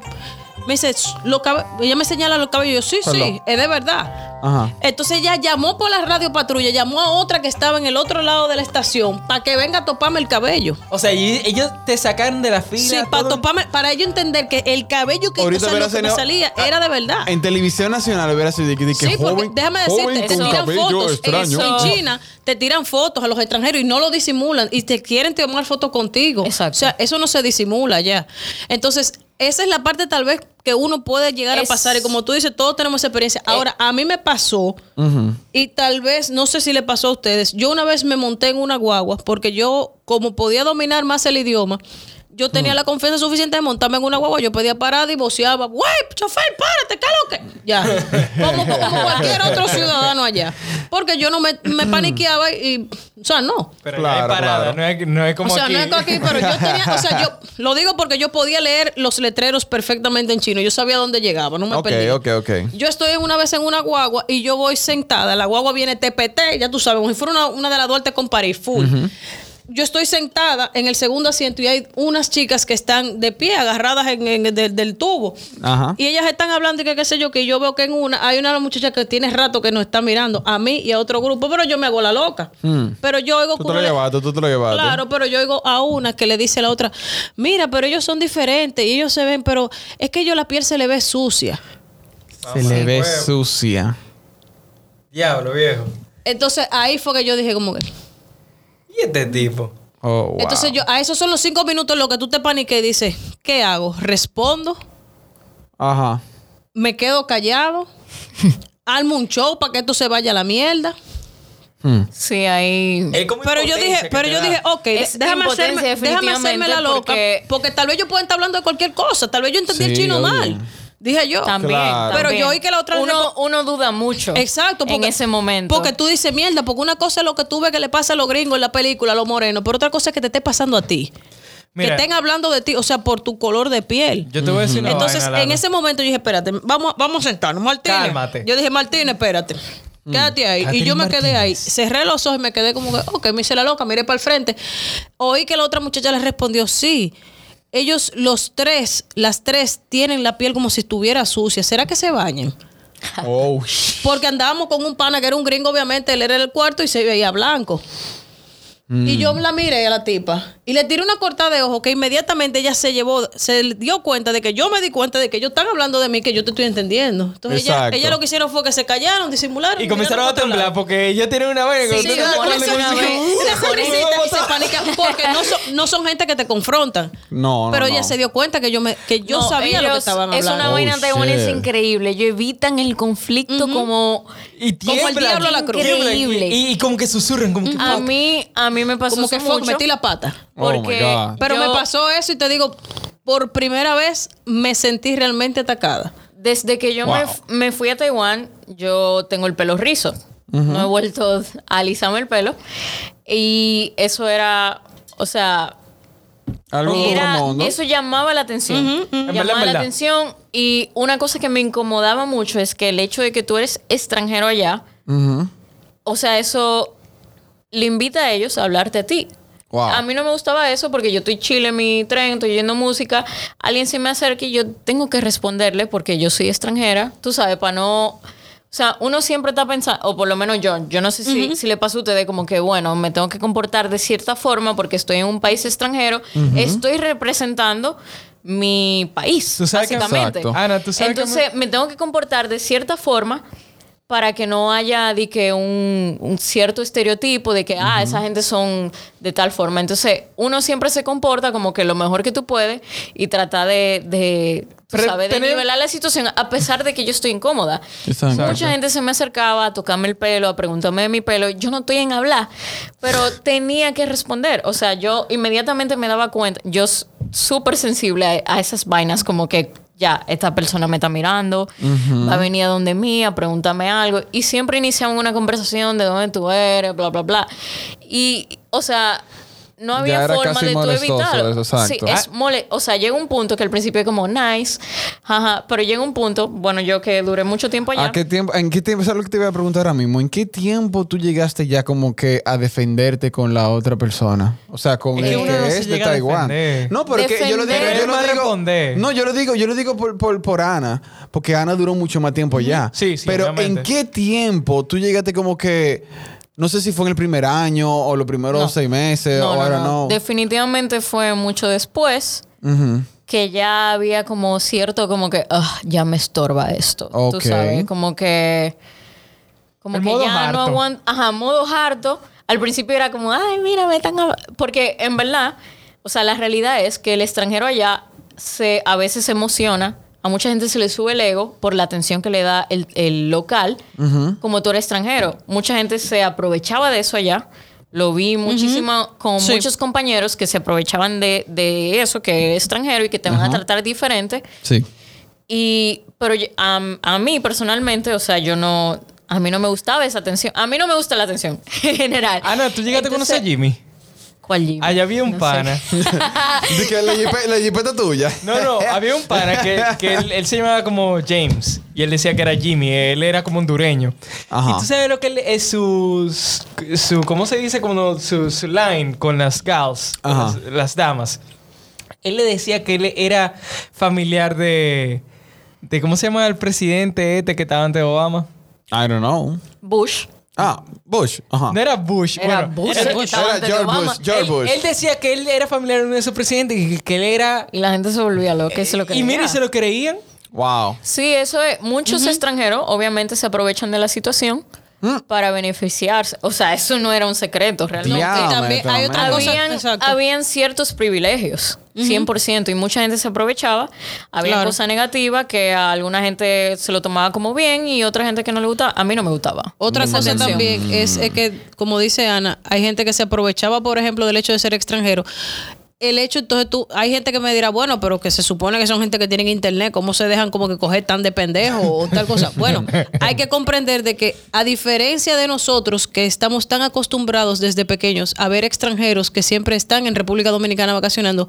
Speaker 2: me dice, "Los cabe-" ella me señala los cabellos. Yo, sí, sí, es de verdad.
Speaker 5: Ajá.
Speaker 2: Entonces ella llamó por la radio patrulla, llamó a otra que estaba en el otro lado de la estación para que venga a toparme el cabello.
Speaker 1: O sea, y ellos te sacaron de la fila.
Speaker 2: Sí, para
Speaker 1: todo-
Speaker 2: toparme, para ello entender que el cabello que,
Speaker 5: Ahorita
Speaker 2: o sea, lo
Speaker 5: hubiera
Speaker 2: que me
Speaker 5: sido-
Speaker 2: salía era de verdad.
Speaker 5: En televisión nacional hubiera sido de que, de que
Speaker 2: Ah. sí, porque
Speaker 5: joven-
Speaker 2: déjame
Speaker 5: joven
Speaker 2: decirte, te
Speaker 5: con
Speaker 2: tiran
Speaker 5: cabello
Speaker 2: fotos
Speaker 5: extraño.
Speaker 2: en
Speaker 4: Eso-
Speaker 2: China, te tiran fotos a los extranjeros y no lo disimulan y te quieren tomar fotos contigo.
Speaker 4: Exacto.
Speaker 2: O sea, eso no se disimula ya. Entonces, esa es la parte tal vez que uno puede llegar a
Speaker 4: Es- Eh,
Speaker 2: pasar y como tú dices, todos tenemos experiencia. Ahora, a mí me pasó y tal vez, no sé si le pasó a ustedes, yo una vez me monté en una guagua porque yo, como podía dominar más el idioma, yo tenía la confianza suficiente de montarme en una guagua, yo pedía parada y voceaba, ¡Wey, chofer, párate, qué es lo que! Ya, como, como cualquier otro ciudadano allá. Porque yo no me, me paniqueaba y, o sea, no.
Speaker 1: Pero
Speaker 5: Claro,
Speaker 1: ya hay parada,
Speaker 5: claro.
Speaker 1: no es, no es como
Speaker 2: o sea,
Speaker 1: aquí.
Speaker 2: no es
Speaker 1: [laughs]
Speaker 2: como aquí, pero yo tenía, o sea, yo lo digo porque yo podía leer los letreros perfectamente en chino. Yo sabía dónde llegaba, no me
Speaker 5: Ok,
Speaker 2: perdía.
Speaker 5: ok, ok.
Speaker 2: Yo estoy una vez en una guagua y yo voy sentada. La guagua viene TPT, ya tú sabes, como si fuera una, una de las Duarte con París, full. Yo estoy sentada en el segundo asiento y hay unas chicas que están de pie, agarradas en, en- del, del tubo.
Speaker 5: Ajá.
Speaker 2: Y ellas están hablando y que qué sé yo, que yo veo que en una hay una de las muchachas que tiene rato que nos está mirando a mí y a otro grupo, pero yo me hago la loca. Pero yo oigo
Speaker 5: Mm. Tú te
Speaker 2: que
Speaker 5: lo
Speaker 2: uno le-
Speaker 5: llevaste, tú te lo llevaste.
Speaker 2: Claro, pero yo oigo a una que le dice a la otra, mira, pero ellos son diferentes y ellos se ven, pero es que ellos la piel se le ve sucia.
Speaker 5: Se le ve sucia.
Speaker 1: Diablo, viejo.
Speaker 2: Entonces ahí fue que yo dije como que...
Speaker 1: ¿Y este tipo?
Speaker 5: Oh, wow.
Speaker 2: Entonces yo, a esos son los cinco minutos en los que tú te paniques y dices, ¿qué hago? ¿Respondo?
Speaker 5: Ajá.
Speaker 2: ¿Me quedo
Speaker 5: [laughs]
Speaker 2: callado? ¿Armo un show para que esto se vaya a la mierda?
Speaker 5: Hmm.
Speaker 4: Sí, ahí.
Speaker 5: Eh,
Speaker 1: Es como
Speaker 2: Pero yo
Speaker 1: impotencia
Speaker 2: dije,
Speaker 1: que
Speaker 2: pero
Speaker 1: te
Speaker 2: yo
Speaker 1: da.
Speaker 2: dije, oh, ok,
Speaker 4: Es
Speaker 2: déjame
Speaker 4: impotencia,
Speaker 2: hacerme, déjame hacerme la
Speaker 4: definitivamente,
Speaker 2: loca, porque...
Speaker 4: porque-
Speaker 2: tal vez yo pueda estar hablando de cualquier cosa, tal vez yo entendí el
Speaker 5: Sí,
Speaker 2: chino
Speaker 5: obvio.
Speaker 2: mal, dije yo.
Speaker 4: También,
Speaker 5: Claro.
Speaker 2: Pero
Speaker 4: también.
Speaker 2: yo oí que la otra vez-
Speaker 4: uno, uno duda mucho.
Speaker 2: Exacto,
Speaker 4: en ese momento.
Speaker 2: Porque tú dices mierda, porque una cosa es lo que tú ves que le pasa a los gringos en la película, a los morenos, pero otra cosa es que te esté pasando a ti.
Speaker 1: Mira.
Speaker 2: que estén hablando de ti, o sea, por tu color de piel.
Speaker 1: Yo te voy a decir una
Speaker 2: Mm. Entonces,
Speaker 1: vaina,
Speaker 2: en
Speaker 1: Lalo.
Speaker 2: ese momento yo dije, espérate, vamos, vamos a sentarnos, Martínez.
Speaker 1: Cálmate.
Speaker 2: Yo dije, Martínez, espérate. Quédate ahí.
Speaker 1: Catherine
Speaker 2: y yo me quedé
Speaker 1: Martínez.
Speaker 2: ahí. Cerré los ojos y me quedé como que, ok, me hice la loca, miré para el frente. Oí que la otra muchacha le respondió, sí. Ellos, los tres, las tres, tienen la piel como si estuviera sucia. ¿Será que se bañen?
Speaker 5: Oh, sh-
Speaker 2: Porque andábamos con un pana que era un gringo, obviamente, él era el cuarto y se veía blanco. Y yo la miré a la tipa y le tiré una cortada de ojo que inmediatamente ella se llevó, se dio cuenta de que yo me di cuenta de que ellos están hablando de mí, que yo te estoy entendiendo. Entonces ella,
Speaker 5: Exacto.
Speaker 2: ella lo que hicieron fue que se callaron, disimularon.
Speaker 1: Y comenzaron a
Speaker 2: miraron para otro
Speaker 1: temblar
Speaker 2: lado.
Speaker 1: porque ellos tienen una vaina. que
Speaker 2: Sí,
Speaker 1: tú te das
Speaker 2: se
Speaker 1: cuenta
Speaker 2: ponen
Speaker 1: que
Speaker 2: una
Speaker 1: tú dices, [laughs]
Speaker 2: vez, se
Speaker 1: "Uh,
Speaker 2: ponen
Speaker 1: ¿cómo
Speaker 2: gritan y se
Speaker 1: vamos a-?"
Speaker 2: panican porque no son, no son gente que te confrontan.
Speaker 5: No, no,
Speaker 2: Pero ella
Speaker 5: no.
Speaker 2: se dio cuenta que yo me que yo
Speaker 4: No,
Speaker 2: sabía lo que
Speaker 4: ellos-
Speaker 2: estaban hablando.
Speaker 4: Es una
Speaker 5: Oh,
Speaker 4: vaina de una es
Speaker 5: shit.
Speaker 4: increíble. Ellos evitan el conflicto como.
Speaker 1: Y
Speaker 2: Como el
Speaker 1: tiemblan,
Speaker 2: diablo a la cruz.
Speaker 1: tiemblan, y-
Speaker 4: Increíble.
Speaker 1: Y, y como que susurran, como que.
Speaker 4: A
Speaker 1: "Fuck".
Speaker 4: mí, a mí me pasó
Speaker 2: Como
Speaker 4: eso
Speaker 2: que fue,
Speaker 4: mucho,
Speaker 2: metí la pata.
Speaker 5: Oh, my
Speaker 4: porque
Speaker 5: God.
Speaker 2: Pero
Speaker 4: yo-
Speaker 2: me pasó eso y te digo, por primera vez me sentí realmente atacada.
Speaker 4: Desde que yo me,
Speaker 5: Wow.
Speaker 4: me fui a Taiwán, yo tengo el pelo rizo. No he vuelto a alisarme el pelo. Y eso era, o sea,
Speaker 5: Algo de otro
Speaker 4: era-
Speaker 5: mundo.
Speaker 4: eso llamaba la atención.
Speaker 1: En verdad, en
Speaker 4: Llamaba la
Speaker 1: verdad.
Speaker 4: atención. Y una cosa que me incomodaba mucho es que el hecho de que tú eres extranjero allá,
Speaker 5: Ujú.
Speaker 4: o sea, eso le invita a ellos a hablarte a ti.
Speaker 5: Wow.
Speaker 4: A mí no me gustaba eso porque yo estoy chile en mi tren, estoy oyendo música. Alguien se me acerca y yo tengo que responderle porque yo soy extranjera. Tú sabes, para no. O sea, uno siempre está pensando, o por lo menos yo, yo no sé si, si le pasa a ustedes como que, bueno, me tengo que comportar de cierta forma porque estoy en un país extranjero, estoy representando mi país,
Speaker 1: Tú sabes que-
Speaker 4: básicamente.
Speaker 5: Exacto.
Speaker 1: Ana, tú sabes que me-
Speaker 4: Entonces, me tengo que comportar de cierta forma para que no haya de que un, un cierto estereotipo de que ah esa gente son de tal forma entonces uno siempre se comporta como que lo mejor que tú puedes y trata de, de tú
Speaker 1: Pero
Speaker 4: sabes de
Speaker 1: tener-
Speaker 4: nivelar la situación a pesar de que yo estoy incómoda
Speaker 5: Exacto.
Speaker 4: mucha gente se me acercaba a tocarme el pelo a preguntarme de mi pelo yo no estoy en hablar pero tenía que responder o sea yo inmediatamente me daba cuenta yo s- súper sensible a, a esas vainas como que ya, esta persona me está mirando, va a venir a donde mí a preguntarme algo. Y siempre iniciamos una conversación de dónde tú eres, bla, bla, bla. Y, o sea, no
Speaker 3: Ya
Speaker 4: había
Speaker 3: era
Speaker 4: forma
Speaker 3: casi
Speaker 4: de tú
Speaker 3: molestoso
Speaker 4: evitarlo.
Speaker 3: eso,
Speaker 4: Sí,
Speaker 3: exacto.
Speaker 4: es mole o sea, llega un punto que al principio es como nice, ajá, pero llega un punto, bueno, yo que duré mucho tiempo
Speaker 1: Pues
Speaker 4: allá.
Speaker 3: ¿A qué tiempo, ¿En qué tiempo? Eso es lo que te iba a preguntar ahora mismo. ¿En qué tiempo tú llegaste ya como que a defenderte con la otra persona? O sea, con
Speaker 1: Es
Speaker 3: el
Speaker 1: que
Speaker 3: que
Speaker 1: uno no se
Speaker 3: es de
Speaker 1: llega a
Speaker 3: Taiwán.
Speaker 1: defender.
Speaker 3: No, pero es que yo lo digo,
Speaker 4: Defender.
Speaker 1: Pero
Speaker 3: yo lo
Speaker 1: él va a
Speaker 3: digo.
Speaker 1: responder.
Speaker 3: No, yo lo digo, yo lo digo por, por, por Ana, porque Ana duró mucho más tiempo ya.
Speaker 1: Sí, sí,
Speaker 3: Pero ¿en
Speaker 1: obviamente.
Speaker 3: qué tiempo tú llegaste como que no sé si fue en el primer año o los primeros
Speaker 4: No.
Speaker 3: seis meses o ahora no?
Speaker 4: Definitivamente fue mucho después
Speaker 3: Ujú.
Speaker 4: que ya había como cierto como que "Ugh, ya me estorba esto,
Speaker 3: Ok.
Speaker 4: tú sabes, como que como
Speaker 1: El
Speaker 4: que
Speaker 1: modo
Speaker 4: ya no
Speaker 1: harto.
Speaker 4: aguanto, ajá, modo harto. Al principio era como, "Ay, mira, me están hab-". porque en verdad, o sea, la realidad es que el extranjero allá se a veces se emociona a mucha gente se le sube el ego por la atención que le da el, el local, como tú eres extranjero. Mucha gente se aprovechaba de eso allá. Lo vi muchísimo con
Speaker 2: Sí.
Speaker 4: muchos compañeros que se aprovechaban de, de eso, que eres extranjero y que te van a tratar diferente.
Speaker 3: Sí.
Speaker 4: Y, pero yo- a, a mí personalmente, o sea, yo no, a mí no me gustaba esa atención. A mí no me gusta la atención [laughs] en general.
Speaker 1: Ah, no, tú llegaste a conocer a Jimmy.
Speaker 4: ¿Cuál Jimmy?
Speaker 1: Allá había un
Speaker 4: No sé.
Speaker 1: pana. Ah.
Speaker 3: Dice que la, jipe- la jipeta tuya.
Speaker 1: No,
Speaker 3: [laughs]
Speaker 1: no, había un pana que, que él, él se llamaba como James y él decía que era Jimmy, él era como hondureño.
Speaker 3: Ajá.
Speaker 1: Y tú sabes lo que él- es su, su ¿cómo se dice? Como su, su line con las gals, con
Speaker 3: Ajá.
Speaker 1: las, las damas. Él le decía que él era familiar de, de ¿cómo se llama el presidente este que estaba antes de Obama?
Speaker 3: I don't know.
Speaker 4: [laughs] Bush.
Speaker 3: Ah, Bush. Ajá.
Speaker 1: No era Bush.
Speaker 4: Era
Speaker 1: bueno,
Speaker 4: Bush.
Speaker 1: era-
Speaker 4: el que estaba
Speaker 3: Era
Speaker 4: antes de
Speaker 3: George
Speaker 4: Obama.
Speaker 3: Bush, George
Speaker 4: Él-
Speaker 3: Bush.
Speaker 1: Él decía que él era familiar de uno de esos presidentes y que él era...
Speaker 4: Y la gente se volvía loca y se lo
Speaker 1: Y
Speaker 4: creía.
Speaker 1: mira, y se lo creían.
Speaker 3: Wow.
Speaker 4: Sí, eso es. Muchos extranjeros obviamente se aprovechan de la situación
Speaker 3: Mm.
Speaker 4: para beneficiarse. O sea, eso no era un secreto realmente.
Speaker 3: Diablo.
Speaker 2: Y
Speaker 3: Ah,
Speaker 2: también
Speaker 3: maestro,
Speaker 2: hay otra
Speaker 3: maestro.
Speaker 2: cosa.
Speaker 4: habían,
Speaker 2: Exacto.
Speaker 4: habían ciertos privilegios, 100%, y mucha gente se aprovechaba. Había
Speaker 2: Claro.
Speaker 4: cosas negativas que a alguna gente se lo tomaba como bien y otra gente que no le gustaba. A mí no me gustaba.
Speaker 2: Otra
Speaker 4: esa
Speaker 2: cosa
Speaker 4: atención.
Speaker 2: también es, eh, que, como dice Ana, hay gente que se aprovechaba, por ejemplo, del hecho de ser extranjero. El hecho, entonces tú, hay gente que me dirá, bueno, pero que se supone que son gente que tienen internet, ¿cómo se dejan como que coger tan de pendejo o tal cosa? Bueno, hay que comprender de que, a diferencia de nosotros, que estamos tan acostumbrados desde pequeños a ver extranjeros que siempre están en República Dominicana vacacionando,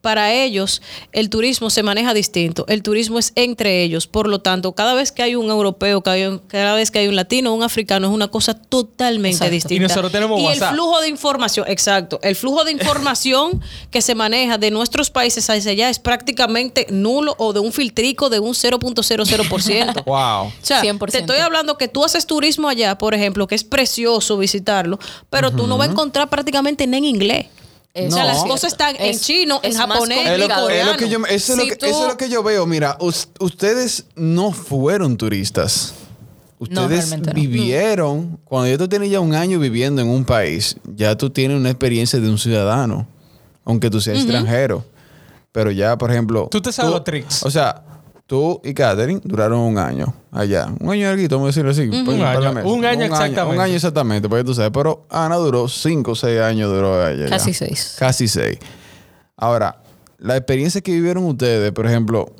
Speaker 2: para ellos el turismo se maneja distinto. El turismo es entre ellos. Por lo tanto, cada vez que hay un europeo, cada vez- cada vez que hay un latino, un africano, es una cosa totalmente
Speaker 4: Exacto.
Speaker 2: distinta.
Speaker 1: Y nosotros tenemos
Speaker 2: Y
Speaker 1: WhatsApp.
Speaker 2: el flujo de información, exacto. El flujo
Speaker 1: [laughs]
Speaker 2: de información que se maneja de nuestros países hacia allá es prácticamente nulo o de un filtrico de un 0.00%.
Speaker 3: Wow.
Speaker 2: O sea,
Speaker 4: 100%.
Speaker 2: te estoy hablando que tú haces turismo allá, por ejemplo, que es precioso visitarlo, pero tú no vas a encontrar prácticamente ni en inglés.
Speaker 4: Es-
Speaker 2: O sea,
Speaker 3: No.
Speaker 2: las cosas están en
Speaker 4: es-
Speaker 2: chino, en
Speaker 4: es más
Speaker 2: japonés,
Speaker 3: Es lo,
Speaker 2: en
Speaker 4: complicado.
Speaker 3: es
Speaker 2: coreano.
Speaker 3: lo que yo, eso, es lo
Speaker 4: Si
Speaker 3: que,
Speaker 4: tú-
Speaker 3: eso es lo que yo veo. Mira, us- ustedes no fueron turistas.
Speaker 4: No,
Speaker 3: Ustedes
Speaker 4: realmente no.
Speaker 3: vivieron. Cuando ya tú tienes ya un año viviendo en un país, ya tú tienes una experiencia de un ciudadano, aunque tú seas extranjero. Pero ya, por ejemplo.
Speaker 1: Tú te sabes los tricks.
Speaker 3: O sea, tú y Katherine duraron un año allá. Un año larguito, vamos a decirlo así. pues,
Speaker 1: Un
Speaker 3: para la
Speaker 1: año,
Speaker 3: mesa.
Speaker 1: un año
Speaker 3: Un
Speaker 1: exactamente.
Speaker 3: año exactamente, porque tú sabes. Pero Ana duró cinco o seis años, duró allá.
Speaker 4: Casi
Speaker 3: ya.
Speaker 4: seis.
Speaker 3: Casi seis. Ahora, la experiencia que vivieron ustedes, por ejemplo,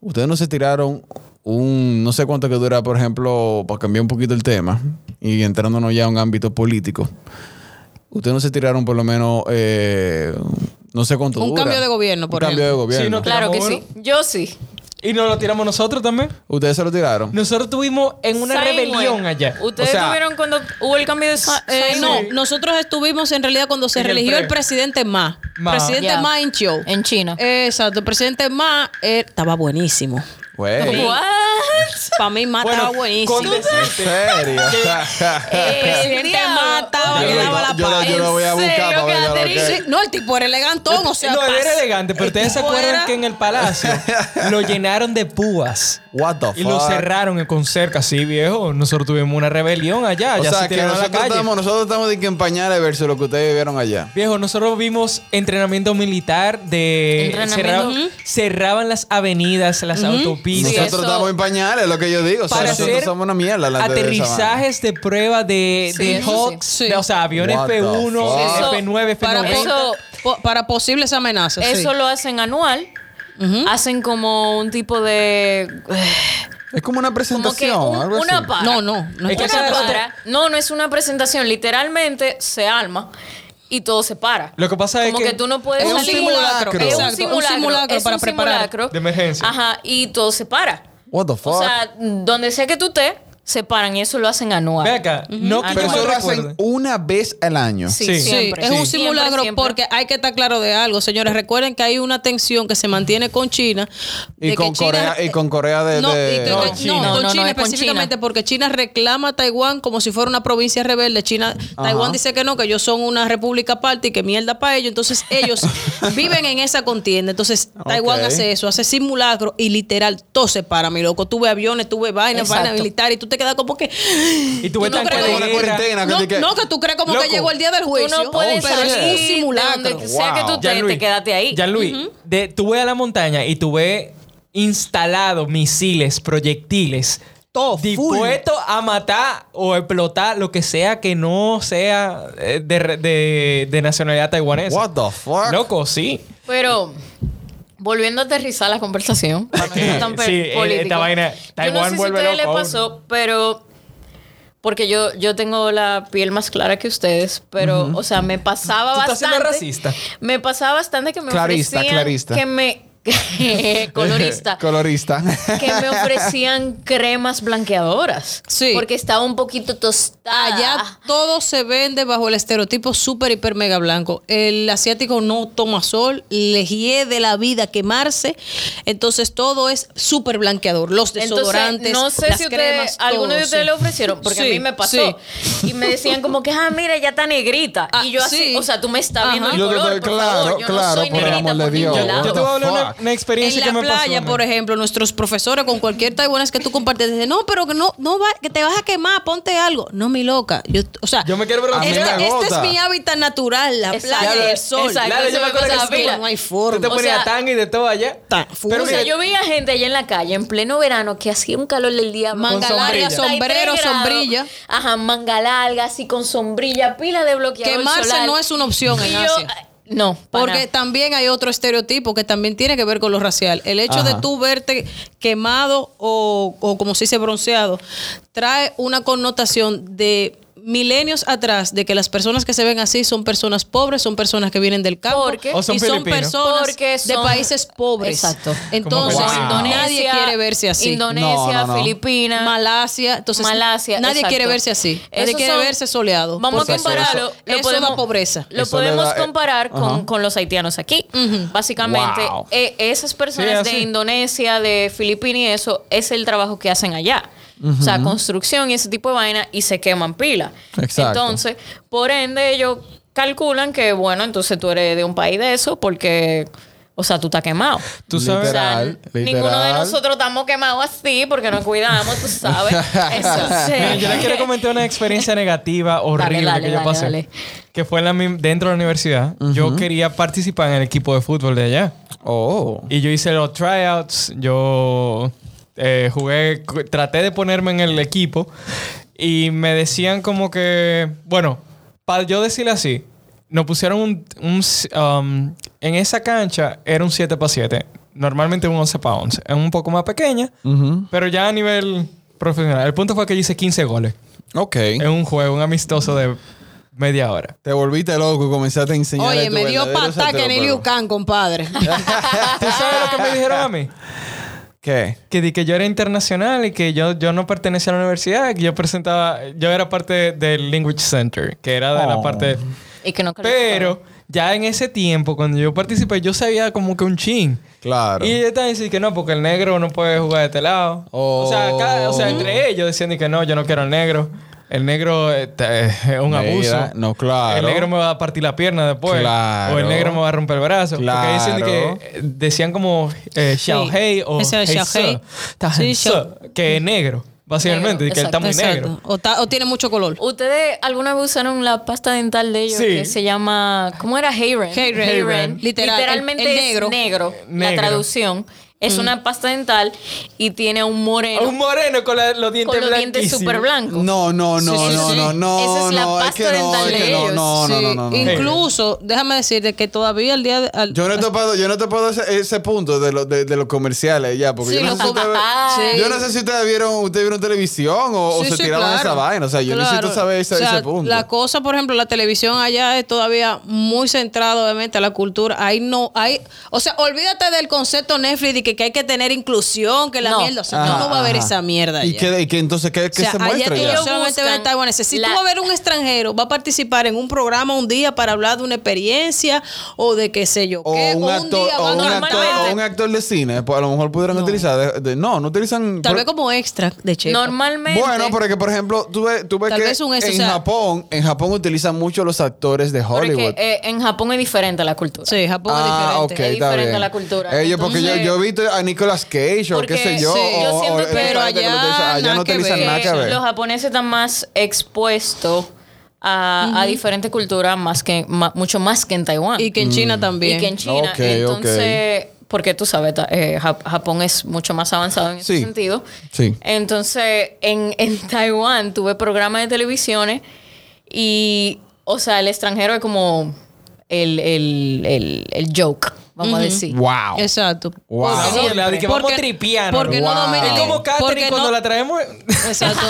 Speaker 3: ustedes no se tiraron un, no sé cuánto que dura, por ejemplo, para cambiar un poquito el tema y entrándonos ya a un ámbito político, ustedes no se tiraron por lo menos, eh, no sé cuánto
Speaker 2: Un
Speaker 3: dura.
Speaker 2: cambio de gobierno, por
Speaker 3: Un cambio de
Speaker 2: ejemplo.
Speaker 3: gobierno.
Speaker 1: Sí, no te-
Speaker 4: Claro que
Speaker 1: Tiramos
Speaker 4: sí. Yo sí.
Speaker 1: Y nos lo tiramos nosotros también.
Speaker 3: Ustedes se lo tiraron.
Speaker 1: Nosotros tuvimos en una
Speaker 4: Simon.
Speaker 1: rebelión allá.
Speaker 4: Ustedes
Speaker 3: O sea-
Speaker 4: tuvieron cuando hubo el cambio de. Sa-
Speaker 2: Eh,
Speaker 4: Simon?
Speaker 2: no, nosotros estuvimos en realidad cuando se
Speaker 1: En el
Speaker 2: religió
Speaker 1: pre.
Speaker 2: el presidente Ma.
Speaker 1: Ma.
Speaker 2: Presidente
Speaker 4: Ya.
Speaker 2: Ma en Chio.
Speaker 4: En China.
Speaker 2: Exacto, el presidente Ma eh, estaba buenísimo.
Speaker 3: Güey,
Speaker 4: What?
Speaker 2: Para mí Ma
Speaker 1: Bueno,
Speaker 2: estaba buenísimo.
Speaker 1: con decir-
Speaker 3: en serio.
Speaker 2: [laughs]
Speaker 4: [laughs] El
Speaker 2: presidente
Speaker 3: [laughs]
Speaker 2: mata,
Speaker 3: Yo
Speaker 2: le
Speaker 3: lo-
Speaker 2: daba la
Speaker 3: yo lo-
Speaker 2: paz.
Speaker 3: yo lo voy a
Speaker 4: ¿En
Speaker 3: buscar
Speaker 4: serio,
Speaker 3: para ver, ya lo
Speaker 4: Catherine?
Speaker 3: que-
Speaker 2: Sí, no, el tipo era elegantón, o sea,
Speaker 1: no, él era
Speaker 2: paz.
Speaker 1: elegante, pero ustedes se
Speaker 2: tipo
Speaker 1: acuerdan
Speaker 2: era-
Speaker 1: que en el palacio
Speaker 3: [laughs]
Speaker 1: lo llenaron de púas.
Speaker 3: What the fuck.
Speaker 1: Y lo cerraron con cerca, sí, viejo. Nosotros tuvimos una rebelión allá,
Speaker 3: O
Speaker 1: allá
Speaker 3: sea,
Speaker 1: se
Speaker 3: que
Speaker 1: tiraron a la
Speaker 3: nosotros
Speaker 1: calle.
Speaker 3: estamos, nosotros estamos de que empañar versus lo que ustedes vivieron allá.
Speaker 1: Viejo, nosotros vimos entrenamiento militar de
Speaker 4: Entrenamiento.
Speaker 1: cerraban-
Speaker 4: Ujú.
Speaker 1: cerraban las avenidas, las autopistas.
Speaker 3: Nosotros
Speaker 4: eso-
Speaker 3: estamos en pañales, lo que yo digo. O sea,
Speaker 1: para
Speaker 3: nosotros
Speaker 1: hacer
Speaker 3: somos una mierda. delante de esa vaina.
Speaker 1: aterrizajes de prueba de,
Speaker 4: Sí,
Speaker 1: de
Speaker 4: eso sí.
Speaker 1: Hawks,
Speaker 2: Sí.
Speaker 1: de- o sea, aviones
Speaker 3: What the
Speaker 1: P1,
Speaker 3: fuck.
Speaker 1: F9, F9.
Speaker 2: para, po-
Speaker 4: Eso-
Speaker 2: po- para posibles amenazas. sí. ¿Mm?
Speaker 4: Eso lo hacen anual. Hacen como un tipo de. eh,
Speaker 3: Es como una
Speaker 4: Como que
Speaker 3: presentación,
Speaker 4: un-
Speaker 3: algo así.
Speaker 4: una para.
Speaker 2: No, no, no
Speaker 1: Es
Speaker 4: es
Speaker 1: que
Speaker 4: una
Speaker 1: cada-
Speaker 4: para. No, no es una presentación. Literalmente se arma. y todo se para.
Speaker 1: Lo que pasa es
Speaker 4: Como
Speaker 1: que-
Speaker 4: que, tú no puedes
Speaker 5: Es un
Speaker 4: salir.
Speaker 5: simulacro.
Speaker 4: Es un
Speaker 2: Exacto, un
Speaker 4: simulacro.
Speaker 2: simulacro
Speaker 4: es
Speaker 2: para
Speaker 4: un
Speaker 2: preparar.
Speaker 4: simulacro.
Speaker 1: De emergencia.
Speaker 4: Ajá, y todo se para.
Speaker 3: What the fuck?
Speaker 4: O sea, donde sea que tú estés, se paran y eso lo hacen anual.
Speaker 1: Ven acá, no que yo
Speaker 4: Ujú. Pero
Speaker 1: me
Speaker 4: eso
Speaker 3: lo hacen
Speaker 1: recuerde.
Speaker 3: una vez al año.
Speaker 4: Sí,
Speaker 1: Sí.
Speaker 4: siempre.
Speaker 2: Sí, es un
Speaker 4: Siempre,
Speaker 2: simulacro
Speaker 4: siempre.
Speaker 2: porque hay que estar claro de algo, señores. Recuerden que hay una tensión que se mantiene con China.
Speaker 3: Y
Speaker 2: de
Speaker 3: con
Speaker 2: que China-
Speaker 3: Corea- y con Corea de-
Speaker 2: No, y
Speaker 3: de-
Speaker 2: que-
Speaker 3: No,
Speaker 2: no,
Speaker 1: China.
Speaker 2: con
Speaker 4: No, no, no,
Speaker 2: China
Speaker 4: es con
Speaker 2: específicamente
Speaker 4: China.
Speaker 2: porque China reclama a Taiwán como si fuera una provincia rebelde. China, Taiwán dice que no, que ellos son una república aparte y que mierda para ellos. Entonces ellos
Speaker 3: [laughs]
Speaker 2: viven en esa contienda. Entonces Taiwán
Speaker 3: Ok.
Speaker 2: hace eso, hace simulacro y literal todo se para, mi loco. Tuve aviones, tuve vainas, vainas
Speaker 4: Exacto.
Speaker 2: militares y tú te quedas como que...
Speaker 1: Y tú ves
Speaker 2: no
Speaker 1: tan
Speaker 2: crees que-
Speaker 1: cadera.
Speaker 3: cuarentena,
Speaker 2: No,
Speaker 3: que Oh, te-
Speaker 2: no, que tú crees como
Speaker 1: Loco,
Speaker 2: que llegó el día del
Speaker 4: Tú
Speaker 2: juicio.
Speaker 4: no puedes
Speaker 2: pero
Speaker 4: salir
Speaker 2: es un
Speaker 4: de
Speaker 2: simulacro.
Speaker 4: donde sea que tú
Speaker 3: Wow.
Speaker 4: estés, te quedaste ahí.
Speaker 1: Luis, de, tú ve a la montaña y tú ves instalado misiles, proyectiles.
Speaker 2: Todo, full.
Speaker 1: Dispuesto a matar o explotar lo que sea que no sea eh, de, re- de- de nacionalidad taiwanesa.
Speaker 3: What the fuck?
Speaker 1: Loco, sí.
Speaker 4: Pero volviendo a aterrizar
Speaker 1: [laughs]
Speaker 4: la conversación, para no ser tan
Speaker 1: Sí,
Speaker 4: per-
Speaker 1: eh,
Speaker 4: político.
Speaker 1: esta vaina,
Speaker 4: yo no
Speaker 1: Taiwán
Speaker 4: sé si
Speaker 1: vuelve
Speaker 4: ustedes
Speaker 1: loco a
Speaker 4: le
Speaker 1: uno.
Speaker 4: pasó, pero porque yo, yo tengo la piel más clara que ustedes, pero o sea, me pasaba
Speaker 1: Tú estás siendo
Speaker 4: bastante.
Speaker 1: racista.
Speaker 4: Me pasaba bastante que me
Speaker 3: Clarista,
Speaker 4: ofrecían
Speaker 3: clarista.
Speaker 4: que me [laughs]
Speaker 1: [laughs]
Speaker 4: colorista.
Speaker 3: [laughs] Colorista.
Speaker 4: que me ofrecían cremas blanqueadoras.
Speaker 2: Sí.
Speaker 4: Porque estaba un poquito tostada.
Speaker 2: Allá todo se vende bajo el estereotipo súper, hiper, mega blanco. El asiático no toma sol, le hiede la vida quemarse. Entonces todo es súper blanqueador. Los desodorantes,
Speaker 4: Entonces, no sé
Speaker 2: las
Speaker 4: si ustedes-
Speaker 2: cremas, todo,
Speaker 4: alguno de ustedes
Speaker 2: sí.
Speaker 4: le ofrecieron, porque a
Speaker 2: Sí,
Speaker 4: mí me pasó. Y me decían como que, ah, mira, ya está negrita.
Speaker 2: Ah,
Speaker 4: y yo así,
Speaker 2: sí.
Speaker 4: o sea, tú me estás
Speaker 2: Ajá.
Speaker 4: viendo el
Speaker 3: Yo te-
Speaker 4: color, por
Speaker 3: claro,
Speaker 4: favor. Yo
Speaker 3: claro,
Speaker 4: no soy
Speaker 3: por el
Speaker 4: negrita
Speaker 3: amor de
Speaker 4: por
Speaker 3: Dios.
Speaker 4: ningún
Speaker 3: Yo-
Speaker 4: lado.
Speaker 1: Yo te voy a hablar de una, una experiencia
Speaker 2: en
Speaker 1: que
Speaker 2: la
Speaker 1: me pasó.
Speaker 2: playa,
Speaker 1: a mí.
Speaker 2: por ejemplo, nuestros profesores con cualquier taiwanés que tú compartes dicen, no, pero que no, no va, que te vas a quemar, ponte algo. No, mi loca. Yo, o sea,
Speaker 1: Yo me quiero
Speaker 3: A mí
Speaker 2: este,
Speaker 3: me
Speaker 2: este es
Speaker 3: agota.
Speaker 2: mi hábitat natural, la
Speaker 4: Exacto.
Speaker 2: playa, el sol.
Speaker 4: Exacto,
Speaker 1: Claro,
Speaker 4: eso
Speaker 1: yo me
Speaker 4: me
Speaker 1: acuerdo que
Speaker 4: pasaba,
Speaker 1: sí,
Speaker 4: mira.
Speaker 2: no hay forma.
Speaker 1: Tú te
Speaker 4: O
Speaker 1: ponías
Speaker 4: sea,
Speaker 1: tanga y de todo allá.
Speaker 2: Tan
Speaker 1: Pero
Speaker 4: o sea,
Speaker 1: mira,
Speaker 4: yo veía gente allá en la calle en pleno verano que hacía un calor del día.
Speaker 2: Manga
Speaker 1: Con larga,
Speaker 4: sombrilla.
Speaker 2: sombrero,
Speaker 4: 33 grados.
Speaker 2: sombrilla.
Speaker 4: Ajá, manga larga, así con sombrilla, pila de bloqueador
Speaker 2: Quemarse
Speaker 4: solar.
Speaker 2: no es una opción en
Speaker 4: Y yo- eh,
Speaker 2: Asia.
Speaker 4: No, para
Speaker 2: Porque
Speaker 4: nada.
Speaker 2: también hay otro estereotipo que también tiene que ver con lo racial. El hecho de tú verte quemado o, o como se dice bronceado trae una connotación de milenios atrás de que las personas que se ven así son personas pobres, son personas que vienen del campo
Speaker 4: Porque-
Speaker 1: O son
Speaker 2: y son
Speaker 1: filipinos.
Speaker 2: personas
Speaker 4: Porque
Speaker 2: de
Speaker 4: son-
Speaker 2: países pobres.
Speaker 4: Exacto.
Speaker 2: Entonces,
Speaker 1: Como Wow.
Speaker 2: nadie
Speaker 4: Indonesia,
Speaker 2: quiere verse así.
Speaker 4: Indonesia,
Speaker 3: No, no, no.
Speaker 4: Filipinas,
Speaker 2: Malasia, entonces
Speaker 4: Malasia.
Speaker 2: nadie
Speaker 4: exacto.
Speaker 2: quiere verse así. Nadie
Speaker 4: Esos
Speaker 2: quiere
Speaker 4: son-
Speaker 2: verse soleado.
Speaker 4: Vamos
Speaker 2: Porque
Speaker 4: a compararlo.
Speaker 2: Eso, eso da pobreza.
Speaker 4: Lo
Speaker 3: Eso le
Speaker 4: podemos
Speaker 3: da, eh,
Speaker 4: comparar
Speaker 3: ajá.
Speaker 4: con, con los haitianos aquí. Básicamente,
Speaker 3: Wow.
Speaker 4: eh, esas personas
Speaker 1: Sí, así.
Speaker 4: de Indonesia, de Filipinas y eso, es el trabajo que hacen allá. O sea, construcción y ese tipo de vaina y se queman pila.
Speaker 3: Exacto.
Speaker 4: Entonces, por ende, ellos calculan que, bueno, entonces tú eres de un país de eso porque, o sea, tú estás quemado.
Speaker 1: Tú sabes-
Speaker 4: O sea,
Speaker 3: Literal,
Speaker 4: ninguno de
Speaker 3: literal.
Speaker 4: nosotros estamos quemados así porque nos cuidamos,
Speaker 3: [laughs]
Speaker 4: tú sabes. Entonces-
Speaker 1: Mira, yo les quiero comentar una experiencia negativa, horrible
Speaker 4: dale,
Speaker 1: que yo
Speaker 4: dale,
Speaker 1: pasé.
Speaker 4: dale.
Speaker 1: Que fue en la mi- dentro de la universidad. Yo quería participar en el equipo de fútbol de allá.
Speaker 3: [laughs] Oh.
Speaker 1: Y yo hice los tryouts, yo eh, jugué, cu- traté de ponerme en el equipo y me decían como que, bueno, para yo decirle así, nos pusieron un, un s- um, en esa cancha era un 7 para 7, normalmente un 11 para 11, es un poco más pequeña, pero ya a nivel profesional. El punto fue que yo hice 15 goles
Speaker 3: Ok.
Speaker 1: en un juego, un amistoso de media hora.
Speaker 3: Te volviste loco, comenzaste a enseñar.
Speaker 2: Oye, me dio pata que ni Liu Kang, [laughs] compadre.
Speaker 1: ¿Tú sabes lo que me dijeron a mí?
Speaker 3: ¿Qué?
Speaker 1: que di que yo era internacional y que yo, yo no pertenecía a la universidad, que yo presentaba, yo era parte del Language Center, que era de la
Speaker 3: Oh.
Speaker 1: parte...
Speaker 4: Y que no calificaron.
Speaker 1: Pero ya en ese tiempo, cuando yo participé, yo sabía como que un chin.
Speaker 3: Claro.
Speaker 1: Y ellos estaban diciendo que no, porque el negro no puede jugar de este lado. O,
Speaker 3: Oh.
Speaker 1: sea, cada- o sea, entre ellos decían de que no, yo no quiero al negro. El negro eh, te- es un abuso.
Speaker 3: Mira, No, claro.
Speaker 1: El negro me va a partir la pierna después.
Speaker 3: Claro.
Speaker 1: O el negro me va a romper el brazo.
Speaker 3: Claro.
Speaker 1: Porque dicen que eh, decían como eh, Xiao Hei o
Speaker 2: Ese era
Speaker 1: Hei
Speaker 2: Xiao
Speaker 1: Su.
Speaker 2: Hei.
Speaker 1: Ta-
Speaker 2: Sí,
Speaker 1: Su,
Speaker 2: Xiao-
Speaker 1: Que es negro, básicamente.
Speaker 4: Negro,
Speaker 1: que él está muy
Speaker 2: Exacto.
Speaker 1: negro.
Speaker 2: O, ta- o tiene mucho color.
Speaker 4: ¿Ustedes alguna vez usaron la pasta dental de ellos
Speaker 1: Sí.
Speaker 4: que se llama, ¿cómo era? Hayren.
Speaker 2: Hayren. Hayren. Literal, el-
Speaker 4: Literalmente
Speaker 2: el
Speaker 4: es
Speaker 2: negro. Mm.
Speaker 4: negro.
Speaker 1: Negro.
Speaker 4: La traducción. Es una pasta dental y tiene un
Speaker 3: Ah,
Speaker 4: moreno.
Speaker 1: Un moreno con la- los dientes
Speaker 4: con los dientes
Speaker 1: blanquísimos.
Speaker 4: súper blancos.
Speaker 3: No, no, no,
Speaker 4: Sí, sí,
Speaker 3: no,
Speaker 4: sí.
Speaker 3: no, no.
Speaker 4: Esa es la
Speaker 3: no,
Speaker 4: pasta
Speaker 3: que no,
Speaker 4: dental
Speaker 3: es
Speaker 4: de
Speaker 3: que no,
Speaker 4: ellos.
Speaker 3: no, no,
Speaker 2: Sí,
Speaker 3: no, no, no.
Speaker 2: Incluso, déjame decirte que todavía al día de- al-
Speaker 3: Yo no he topado, yo no he topado ese, ese punto de, lo- de, de los comerciales ya, porque
Speaker 2: Sí,
Speaker 3: yo, no
Speaker 2: los
Speaker 3: sé si ustedes,
Speaker 4: comerciales.
Speaker 3: yo no sé si ustedes vieron, ustedes vieron televisión o, o
Speaker 2: Sí,
Speaker 3: se
Speaker 2: sí,
Speaker 3: tiraban
Speaker 2: claro.
Speaker 3: esa vaina. O sea, yo
Speaker 2: Claro.
Speaker 3: necesito saber ese,
Speaker 2: O sea,
Speaker 3: ese punto.
Speaker 2: La cosa, por ejemplo, la televisión allá es todavía muy centrada, obviamente, a la cultura. Ahí no hay. O sea, olvídate del concepto Netflix de que, que hay que tener inclusión, que la
Speaker 4: No.
Speaker 2: mierda. O sea, tú no va a ver esa mierda.
Speaker 3: ¿Y
Speaker 2: allá.
Speaker 3: qué, y qué- entonces qué,
Speaker 2: O
Speaker 3: qué
Speaker 2: sea,
Speaker 3: se
Speaker 2: allá
Speaker 3: muestra
Speaker 2: tú
Speaker 3: ya?
Speaker 4: ellos
Speaker 2: solamente ves
Speaker 4: buscan
Speaker 2: taiwaneses. Si
Speaker 4: la-
Speaker 2: tú vas a ver un extranjero, va a participar en un programa un día para hablar de una experiencia o de qué sé yo.
Speaker 3: O
Speaker 2: qué,
Speaker 3: un,
Speaker 2: o
Speaker 3: actor,
Speaker 2: día
Speaker 3: o,
Speaker 2: van
Speaker 3: un
Speaker 2: a-
Speaker 3: actor, o un actor de cine, pues a lo mejor pudieran utilizar. de- de- no, no utilizan.
Speaker 2: Tal
Speaker 3: por-
Speaker 2: vez como extra de chepa.
Speaker 4: Normalmente.
Speaker 3: Bueno, porque por ejemplo, tú ves, tú ves
Speaker 2: Tal
Speaker 3: que
Speaker 2: vez un eso,
Speaker 3: en
Speaker 2: o sea-
Speaker 3: Japón, en Japón utilizan mucho los actores de
Speaker 4: porque,
Speaker 3: Hollywood.
Speaker 4: eh, en Japón es diferente la cultura.
Speaker 2: Sí, Japón es diferente.
Speaker 3: Ah, ok,
Speaker 4: Es
Speaker 3: está
Speaker 4: diferente
Speaker 3: bien.
Speaker 4: a la cultura.
Speaker 3: Ellos, porque yo,
Speaker 4: Entonces-
Speaker 3: yo he visto a Nicolas Cage o qué
Speaker 4: Porque,
Speaker 3: sé yo.
Speaker 4: sí,
Speaker 3: o-
Speaker 4: yo
Speaker 3: o-
Speaker 4: siento
Speaker 3: o-
Speaker 4: que-
Speaker 3: esta gente que lo
Speaker 2: pero
Speaker 3: utiliza-
Speaker 2: allá
Speaker 3: allá no
Speaker 2: nada que
Speaker 3: utilizan
Speaker 2: ver.
Speaker 3: nada que ver.
Speaker 4: Eh, los japoneses están más expuestos a, a diferentes culturas más que ma- mucho más que en Taiwán
Speaker 2: Y que en
Speaker 3: Mm.
Speaker 2: China también.
Speaker 4: Y que en China
Speaker 3: Ok,
Speaker 4: entonces porque tú sabes ta- eh, Jap- Japón es mucho más avanzado en ese
Speaker 3: Sí.
Speaker 4: sentido
Speaker 3: Sí.
Speaker 4: entonces en, [laughs] en Taiwán tuve programas de televisiones y o sea el extranjero es como el, el, el, el joke vamos a decir [laughs]
Speaker 3: Wow.
Speaker 2: Exacto.
Speaker 3: Wow.
Speaker 1: Porque
Speaker 2: Porque
Speaker 1: sí,
Speaker 2: no-
Speaker 1: la de que vamos
Speaker 2: porque-
Speaker 1: tripeando.
Speaker 2: Porque no
Speaker 3: Wow.
Speaker 2: domina-
Speaker 1: Es como Catherine
Speaker 2: porque
Speaker 1: cuando
Speaker 2: no-
Speaker 1: la traemos.
Speaker 2: [laughs] Exacto.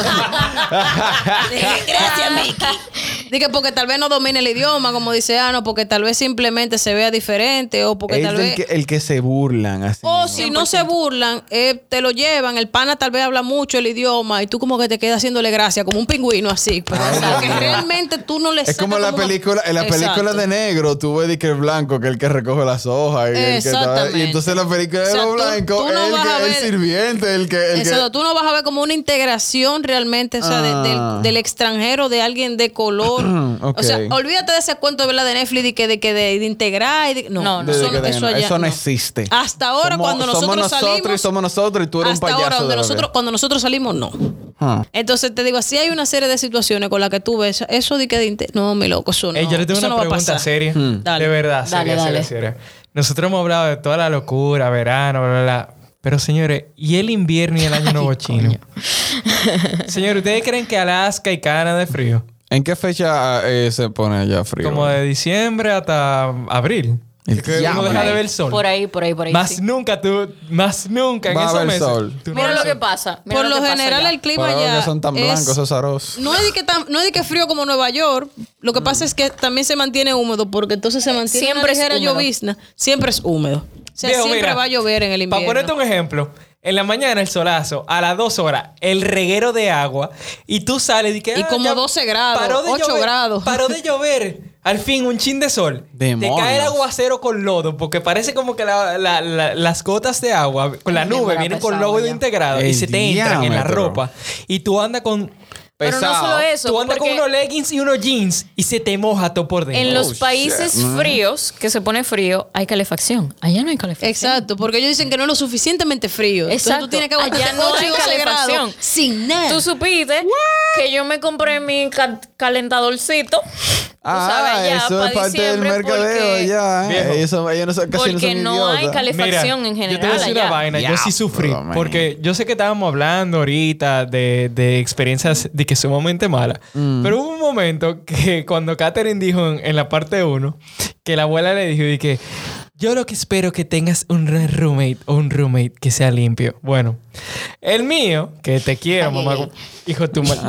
Speaker 2: Gracias, Mickey. Dije, porque tal vez no domine el idioma, como dice Ano, porque tal vez simplemente se vea diferente, o porque
Speaker 3: Es
Speaker 2: tal
Speaker 3: el
Speaker 2: vez. Oh,
Speaker 3: que, el que se burlan así.
Speaker 2: O
Speaker 4: Ah,
Speaker 2: si
Speaker 4: pues
Speaker 2: no se burlan, eh, te lo llevan. El pana tal vez habla mucho el idioma y tú como que te quedas haciéndole gracia, como un pingüino así. Pero o sea, que realmente tú no le
Speaker 3: Es como
Speaker 2: sacas
Speaker 3: la
Speaker 2: una-
Speaker 3: película, en la película
Speaker 2: Exacto.
Speaker 3: de negro, tú ves de que el blanco, que es el que recoge las hojas. Y, el que está- y
Speaker 2: Exactamente.
Speaker 3: entonces la película
Speaker 2: O
Speaker 3: de
Speaker 2: sea,
Speaker 3: los
Speaker 2: tú-
Speaker 3: blancos,
Speaker 2: tú no
Speaker 3: el
Speaker 2: vas a
Speaker 3: que el
Speaker 2: ver-
Speaker 3: sirviente, el que. el que-
Speaker 2: Exacto, tú no vas a ver como una integración realmente, o sea, de-
Speaker 3: Ah.
Speaker 2: del, del extranjero, de alguien
Speaker 3: [clears throat]
Speaker 2: de color.
Speaker 3: Ok.
Speaker 2: O sea, olvídate de ese cuento ¿verdad? de Netflix de que de, que de, de integrar. y de- no,
Speaker 4: No, no.
Speaker 3: Desde
Speaker 2: eso,
Speaker 3: que
Speaker 2: no-
Speaker 3: tengan-
Speaker 2: eso allá
Speaker 3: eso no
Speaker 2: no.
Speaker 3: existe.
Speaker 2: Hasta ahora,
Speaker 3: Somos-
Speaker 2: cuando nosotros,
Speaker 3: somos nosotros
Speaker 2: salimos.
Speaker 3: y somos nosotros y tú eres un
Speaker 2: hasta
Speaker 3: payaso.
Speaker 2: ahora,
Speaker 3: de
Speaker 2: donde
Speaker 3: la
Speaker 2: nosotros,
Speaker 3: vida.
Speaker 2: cuando nosotros salimos, no.
Speaker 3: Ah.
Speaker 2: Entonces te digo, así hay una serie de situaciones con las que tú ves eso de que de inte- no, mi loco, eso no.
Speaker 1: Ey, yo le tengo
Speaker 2: eso
Speaker 1: una
Speaker 2: no va a
Speaker 1: pregunta
Speaker 2: pasar.
Speaker 1: seria.
Speaker 3: Hmm.
Speaker 2: Dale.
Speaker 1: De verdad,
Speaker 4: Dale,
Speaker 1: seria,
Speaker 4: dale.
Speaker 1: seria, seria. Nosotros hemos hablado de toda la locura, verano, bla, bla, bla. Pero señores, ¿y el invierno y el
Speaker 3: [laughs]
Speaker 1: año nuevo chino? señores, ¿ustedes creen que Alaska y Canadá de frío?
Speaker 3: ¿En qué fecha eh, se pone ya frío?
Speaker 1: Como de diciembre hasta abril.
Speaker 3: El
Speaker 1: Que uno
Speaker 3: diablo.
Speaker 1: deja de ver el sol.
Speaker 4: por ahí por ahí por ahí
Speaker 1: más
Speaker 4: sí.
Speaker 1: nunca tú, más nunca en
Speaker 3: Va a
Speaker 1: esos
Speaker 3: haber
Speaker 1: meses.
Speaker 3: sol.
Speaker 1: tú no
Speaker 4: mira
Speaker 1: ves
Speaker 4: lo que
Speaker 1: sol.
Speaker 4: pasa mira
Speaker 2: Por
Speaker 4: que
Speaker 2: lo
Speaker 4: pasa
Speaker 2: general,
Speaker 4: allá.
Speaker 2: el clima
Speaker 3: Para
Speaker 2: allá.
Speaker 3: que son tan
Speaker 2: es-
Speaker 3: blancos esos aros.
Speaker 2: No es, de que tan- no es de que frío como Nueva York. Lo que pasa es que también se mantiene húmedo porque entonces se mantiene
Speaker 4: Siempre
Speaker 2: una
Speaker 4: es
Speaker 2: ligera
Speaker 4: húmedo.
Speaker 2: llovizna. Siempre es húmedo. O sea,
Speaker 1: Viejo,
Speaker 2: siempre
Speaker 1: mira,
Speaker 2: va a llover en el invierno.
Speaker 1: Para ponerte un ejemplo, en la mañana el solazo, a las 2 horas, el reguero de agua, y tú sales y que.
Speaker 2: Y
Speaker 1: ah,
Speaker 2: como 12 grados, 8
Speaker 1: llover,
Speaker 2: grados.
Speaker 1: Paró de llover. Al fin, un chin de sol.
Speaker 3: [laughs] Demonios.
Speaker 1: Te cae el aguacero con lodo, porque parece como que la- la- la- las gotas de agua con la
Speaker 4: Ay,
Speaker 1: nube
Speaker 4: demora
Speaker 1: vienen con
Speaker 4: pesado
Speaker 1: lodo
Speaker 4: ya.
Speaker 1: integrado y
Speaker 3: El
Speaker 1: se te entran en la
Speaker 3: diámetro.
Speaker 1: ropa. Y tú andas con.
Speaker 4: Pero no solo eso,
Speaker 1: tú andas
Speaker 4: porque-
Speaker 1: con unos leggings y unos jeans y se te moja todo
Speaker 3: Oh,
Speaker 1: por dentro.
Speaker 4: En los países
Speaker 3: Mm.
Speaker 4: fríos, que se pone frío, hay calefacción. Allá no hay calefacción.
Speaker 2: Exacto, porque ellos dicen que no es lo suficientemente frío. Entonces
Speaker 4: Exacto.
Speaker 2: tú tienes que aguantar
Speaker 4: Allá no
Speaker 2: 8 y
Speaker 4: hay
Speaker 2: 12 grados
Speaker 4: calefacción.
Speaker 2: sin nada.
Speaker 4: Tú supiste que yo me compré mi ca- calentadorcito. tú sabes,
Speaker 3: Ah,
Speaker 4: allá,
Speaker 3: eso
Speaker 4: pa'
Speaker 3: es parte del
Speaker 4: diciembre,
Speaker 3: mercadeo
Speaker 4: porque-
Speaker 3: ya. ¿eh?
Speaker 1: Viejo.
Speaker 3: Ellos son- ellos no son- casi no
Speaker 4: Porque
Speaker 3: son
Speaker 4: no hay
Speaker 3: idiotas.
Speaker 4: calefacción en
Speaker 1: Yo te voy a
Speaker 4: general
Speaker 1: decir una
Speaker 4: allá.
Speaker 1: vaina, yo sí sufrí.
Speaker 3: Diablo, man.
Speaker 1: porque yo sé que estábamos hablando ahorita de, de experiencias de que sumamente malas. Pero hubo un momento que [laughs] cuando Katherine dijo en, en la parte 1 que la abuela le dijo de que yo lo que espero que tengas un re- roommate o un roommate que sea limpio. Bueno, el mío, que te quiero,
Speaker 4: Ay,
Speaker 1: mamá.
Speaker 4: ay,
Speaker 1: Hijo de tu madre.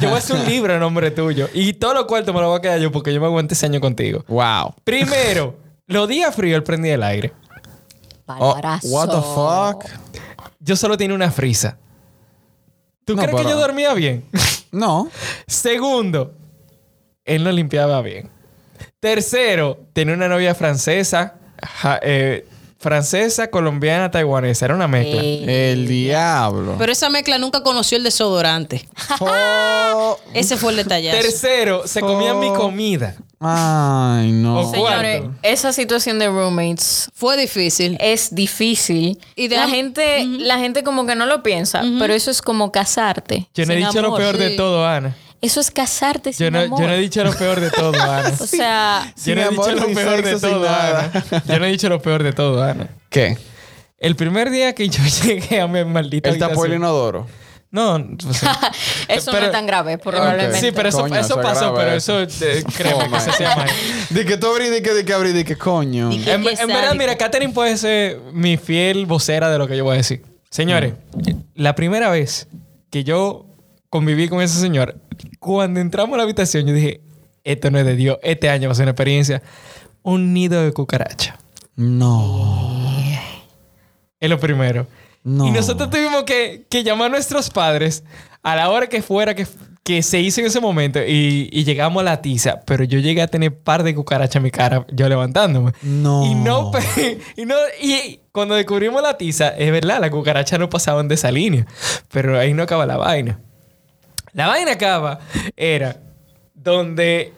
Speaker 1: Yo voy a hacer un libro en nombre tuyo. Y todo lo cuarto me lo voy a quedar yo porque yo me aguanté ese año contigo.
Speaker 3: Wow.
Speaker 1: Primero, los días fríos él prendía el aire.
Speaker 3: Oh,
Speaker 4: Palabras.
Speaker 3: what the fuck?
Speaker 1: yo solo tenía una frisa. ¿Tú
Speaker 3: No,
Speaker 1: crees que
Speaker 3: pero-
Speaker 1: yo dormía
Speaker 3: [laughs]
Speaker 1: bien?
Speaker 3: No.
Speaker 1: Segundo, él no limpiaba bien. Tercero, tenía una novia francesa, ja- eh, francesa, colombiana, taiwanesa. Era una mezcla.
Speaker 4: Eh,
Speaker 3: El diablo.
Speaker 2: Pero esa mezcla nunca conoció el desodorante.
Speaker 4: [laughs]
Speaker 3: Oh.
Speaker 2: Ese fue el detallazo.
Speaker 1: Tercero, se comía mi comida.
Speaker 3: Ay, no.
Speaker 1: O-
Speaker 4: Oh. Señores,
Speaker 1: Cuarto.
Speaker 4: esa situación de roommates
Speaker 2: Fue difícil.
Speaker 4: es difícil.
Speaker 2: Y
Speaker 4: la
Speaker 2: déjame-
Speaker 4: gente, la gente como que no lo piensa, pero eso es como casarte.
Speaker 1: Yo no he
Speaker 4: sin
Speaker 1: dicho lo
Speaker 4: amor.
Speaker 1: peor de
Speaker 2: Sí.
Speaker 1: todo, Ana.
Speaker 4: Eso es casarte
Speaker 1: Yo
Speaker 4: sin
Speaker 1: no,
Speaker 4: amor.
Speaker 1: yo no he dicho lo peor de todo,
Speaker 4: [laughs]
Speaker 1: Ana.
Speaker 4: O sea,
Speaker 1: Yo no he
Speaker 3: Sin
Speaker 1: dicho
Speaker 3: amor,
Speaker 1: lo
Speaker 3: sin
Speaker 1: peor de
Speaker 3: sexo, sin
Speaker 1: todo, [laughs]
Speaker 3: nada.
Speaker 1: Ana. Yo no he dicho lo peor de todo, Ana.
Speaker 3: ¿Qué?
Speaker 1: El primer día que yo [laughs] llegué a mi maldita
Speaker 3: Él tapó el
Speaker 1: habitación-
Speaker 3: inodoro.
Speaker 1: No, pues, o sea,
Speaker 4: Eso no
Speaker 1: Pero-
Speaker 4: es tan grave, probablemente.
Speaker 1: Sí, pero eso,
Speaker 3: Coño,
Speaker 1: eso
Speaker 3: eso
Speaker 1: pasó,
Speaker 3: graba
Speaker 1: pero
Speaker 3: eso. Oh
Speaker 1: eso, eh, créeme que se hacía mal.
Speaker 3: De que tú abrí, de que, de que abrí, de que coño.
Speaker 4: Y que-
Speaker 1: [laughs] En, en verdad,
Speaker 4: sádico.
Speaker 1: mira, Katherine puede ser mi fiel vocera de lo que yo voy a decir. Señores, la primera vez que yo conviví con ese señor, cuando entramos a la habitación, yo dije, esto no es de Dios, este año va a ser una experiencia. Un nido de cucaracha.
Speaker 3: No.
Speaker 1: Es lo primero.
Speaker 3: No.
Speaker 1: Y nosotros tuvimos que, que llamar a nuestros padres a la hora que fuera que, que se hizo en ese momento y, y llegamos a la tiza. Pero yo llegué a tener par de cucarachas en mi cara, yo levantándome.
Speaker 3: No.
Speaker 1: Y no, [laughs] pe- y no, y cuando descubrimos la tiza, es verdad, las cucarachas no pasaban de esa línea. Pero ahí no acaba la vaina. La vaina acaba, era donde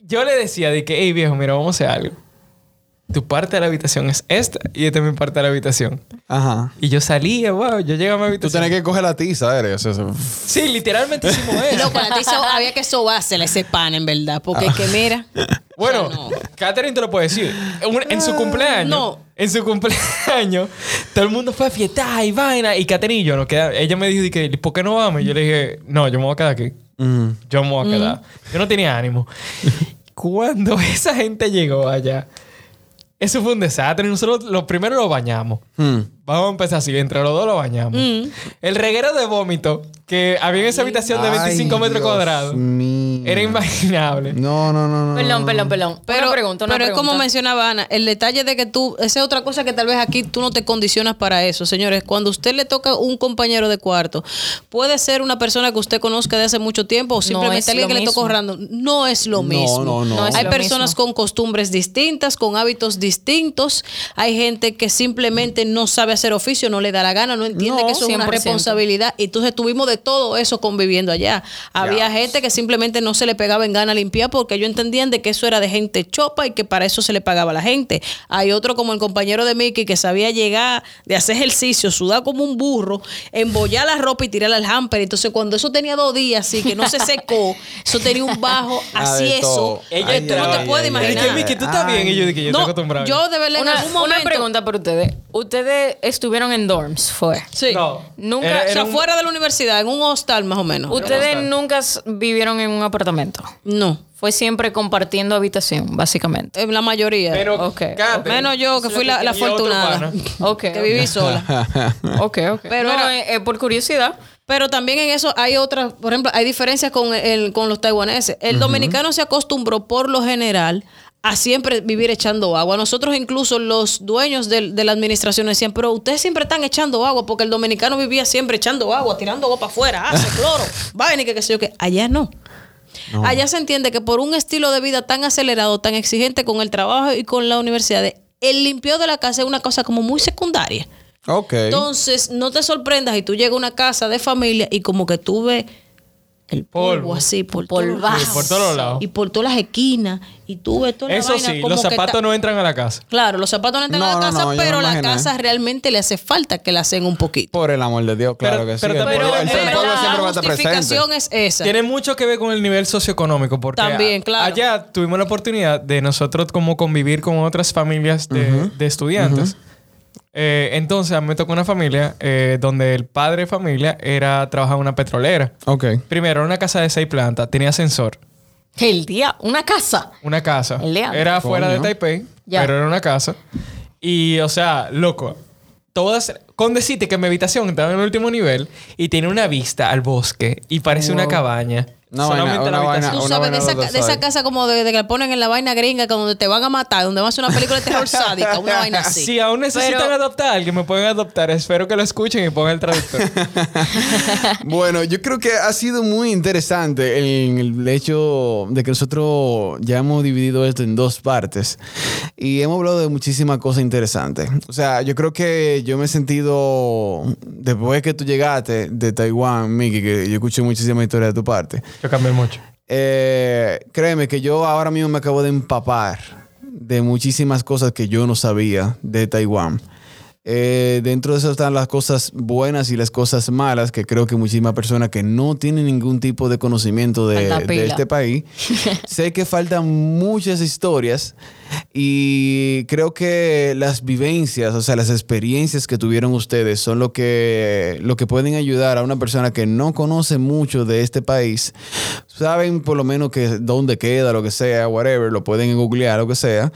Speaker 1: yo le decía de que, hey viejo, mira, vamos a hacer algo. Tu parte de la habitación es esta y esta es mi parte de la habitación.
Speaker 3: Ajá.
Speaker 1: Y yo salía, wow, yo llegaba a mi
Speaker 3: Tú
Speaker 1: habitación.
Speaker 3: tenés que coger la tiza, eres. o sea,
Speaker 1: Sí, literalmente hicimos eso.
Speaker 2: Loco, la tiza había que sobársela ese pan, en verdad. Porque es que mira.
Speaker 1: Bueno,
Speaker 2: No. Ah,
Speaker 1: Katherine te lo puede decir. En, en su cumpleaños.
Speaker 2: no.
Speaker 1: En su cumpleaños, todo el mundo fue a fiesta y vaina. Y Katherine y yo nos quedamos. Ella me dijo, que, ¿por qué no vamos? Y yo le dije, no, yo me voy a quedar aquí.
Speaker 3: Mm.
Speaker 1: Yo me voy
Speaker 2: Mm.
Speaker 1: a quedar. Yo no tenía
Speaker 3: [laughs]
Speaker 1: ánimo. Cuando esa gente llegó allá, eso fue un desastre. Nosotros lo primero lo bañamos.
Speaker 3: hmm.
Speaker 1: Vamos a empezar así. Entre los dos lo bañamos.
Speaker 2: Mm.
Speaker 1: El reguero de vómito que había en esa habitación de 25
Speaker 3: Ay,
Speaker 1: metros
Speaker 3: Dios
Speaker 1: cuadrados
Speaker 3: mío.
Speaker 1: era imaginable.
Speaker 3: No, no, no, no.
Speaker 4: Perdón,
Speaker 1: Mm.
Speaker 4: perdón, perdón.
Speaker 2: Pero,
Speaker 4: una pregunta, una
Speaker 2: pero es como
Speaker 4: pregunta.
Speaker 2: mencionaba Ana, el detalle de que tú, esa es otra cosa que tal vez aquí tú no te condicionas para eso, señores. Cuando a usted le toca un compañero de cuarto, puede ser una persona que usted conozca de hace mucho tiempo o
Speaker 4: es
Speaker 2: simplemente alguien
Speaker 4: lo
Speaker 2: que le tocó
Speaker 4: mismo.
Speaker 2: random. No es lo
Speaker 3: No,
Speaker 2: mismo.
Speaker 3: no, no.
Speaker 4: No es
Speaker 2: Hay
Speaker 4: lo
Speaker 2: personas
Speaker 4: mismo.
Speaker 2: con costumbres distintas, con hábitos distintos. Hay gente que simplemente no sabe hacer oficio, no le da la gana, no entiende
Speaker 4: No,
Speaker 2: que eso es una
Speaker 4: 100%.
Speaker 2: responsabilidad. Y Entonces tuvimos de todo eso conviviendo allá. Había gente que simplemente no se le pegaba en gana limpiar porque ellos entendían de que eso era de gente chopa y que para eso se le pagaba a la gente. Hay otro como el compañero de Mickey que sabía llegar de hacer ejercicio, sudar como un burro, embollar la ropa y tirarla al hamper. Entonces cuando eso tenía dos días así que no
Speaker 1: [laughs]
Speaker 2: se secó, eso tenía un bajo
Speaker 3: Ah, de
Speaker 2: así eso.
Speaker 3: todo.
Speaker 1: Ella
Speaker 3: Ay,
Speaker 1: entraba.
Speaker 2: No te puedes
Speaker 1: Y
Speaker 2: imaginar.
Speaker 1: que, Miki, tú estás bien. Y yo dije, yo estoy acostumbrado.
Speaker 2: yo de verdad en
Speaker 4: Una,
Speaker 2: algún momento.
Speaker 4: una pregunta para ustedes. Ustedes estuvieron en dorms, fue.
Speaker 2: Sí.
Speaker 1: No.
Speaker 4: Nunca-
Speaker 1: Era-
Speaker 2: o
Speaker 1: era
Speaker 2: sea,
Speaker 1: un-
Speaker 2: fuera de la universidad, en un hostal más o menos.
Speaker 4: Ustedes nunca s- vivieron en un apartamento.
Speaker 2: No,
Speaker 4: Fue siempre compartiendo habitación, básicamente.
Speaker 2: en la mayoría.
Speaker 1: Pero,
Speaker 4: Ok.
Speaker 1: Katherine,
Speaker 2: menos yo, que fui la, la
Speaker 1: Y otro
Speaker 2: afortunada.
Speaker 1: pana.
Speaker 4: Ok.
Speaker 2: que viví sola.
Speaker 3: Ah.
Speaker 4: Ok, ok. Pero eh,
Speaker 2: Pero-
Speaker 4: por curiosidad.
Speaker 2: Pero también en eso hay otras, por ejemplo, hay diferencias con, el, con los taiwaneses. El dominicano se acostumbró por lo general a siempre vivir echando agua. Nosotros incluso los dueños del- de, la administración decían, pero ustedes siempre están echando agua porque el dominicano vivía siempre echando agua, tirando agua para afuera, hace cloro, vaina y que qué sé yo qué. Allá no. Allá se entiende que por un estilo de vida tan acelerado, tan exigente con el trabajo y con la universidad, el limpio de la casa es una cosa como muy secundaria.
Speaker 3: Ok.
Speaker 2: Entonces, no te sorprendas y tú llegas a una casa de familia y como que tú ves el polvo,
Speaker 1: Polvo.
Speaker 2: así por todos
Speaker 4: Polvazo.
Speaker 2: lados.
Speaker 1: por todos lados.
Speaker 2: y por todas las esquinas y tú ves toda la
Speaker 1: Eso
Speaker 2: vaina
Speaker 1: sí,
Speaker 2: como
Speaker 1: los
Speaker 2: que
Speaker 1: zapatos
Speaker 2: ta-
Speaker 1: no entran a la casa.
Speaker 2: Claro, los zapatos no entran
Speaker 3: No,
Speaker 2: a la
Speaker 3: no,
Speaker 2: casa,
Speaker 3: no, yo me
Speaker 2: pero la
Speaker 3: imagino,
Speaker 2: casa
Speaker 3: ¿eh?
Speaker 2: realmente le hace falta que la hacen un poquito. eh,
Speaker 3: Por el amor de Dios, claro
Speaker 1: Pero-
Speaker 3: que sí.
Speaker 1: pero
Speaker 3: el
Speaker 1: también-
Speaker 3: polvo-
Speaker 1: pero-
Speaker 3: el polvo
Speaker 1: pero
Speaker 3: siempre va a
Speaker 2: la
Speaker 3: estar presente.
Speaker 2: justificación es esa.
Speaker 1: Tiene mucho que ver con el nivel socioeconómico, porque
Speaker 2: También,
Speaker 1: a-
Speaker 2: claro.
Speaker 1: allá tuvimos la oportunidad de nosotros como convivir con otras familias de, de estudiantes. Eh, entonces, a mí me tocó una familia eh, donde el padre de familia era trabajaba en una petrolera.
Speaker 3: Ok.
Speaker 1: Primero, era una casa de seis plantas, tenía ascensor,
Speaker 4: El día, una casa.
Speaker 1: una casa.
Speaker 4: El día.
Speaker 1: Era fuera de
Speaker 3: Coño.
Speaker 1: Taipei,
Speaker 4: Ya.
Speaker 1: pero era una casa. Y, o sea, loco, todas... Con decirte que mi habitación estaba en el último nivel y tiene una vista al bosque y parece una cabaña.
Speaker 3: Una vaina, una vaina,
Speaker 1: habitación.
Speaker 3: Ah, una
Speaker 2: Tú sabes
Speaker 3: vaina
Speaker 2: de
Speaker 3: los
Speaker 2: esa, ca- de esa
Speaker 3: outside.
Speaker 2: casa como de, de que la ponen en la vaina gringa, que donde te van a matar, donde van a hacer una película de terror sádica, una vaina así.
Speaker 1: Si aún necesitan
Speaker 4: Pero-
Speaker 1: adoptar a alguien, me pueden adoptar. Espero que lo escuchen y pongan el
Speaker 3: [laughs]
Speaker 1: traductor.
Speaker 3: Bueno, yo creo que ha sido muy interesante el, el hecho de que nosotros ya hemos dividido esto en dos partes y hemos hablado de muchísimas cosas interesantes. O sea, yo creo que yo me he sentido, después que tú llegaste de Taiwán, Miki, que yo escuché muchísimas historias de tu parte,
Speaker 1: Yo cambié mucho.
Speaker 3: eh, créeme que yo ahora mismo me acabo de empapar de muchísimas cosas que yo no sabía de Taiwán. Eh, dentro de eso están las cosas buenas y las cosas malas, que creo que muchísimas personas que no tienen ningún tipo de conocimiento de,
Speaker 4: Falta
Speaker 3: de
Speaker 4: pila.
Speaker 3: este
Speaker 4: [laughs]
Speaker 3: país, sé que faltan muchas historias y creo que las vivencias, o sea, las experiencias que tuvieron ustedes son lo que, lo que pueden ayudar a una persona que no conoce mucho de este país. Saben por lo menos que dónde queda, lo que sea, whatever, lo pueden googlear, lo que sea.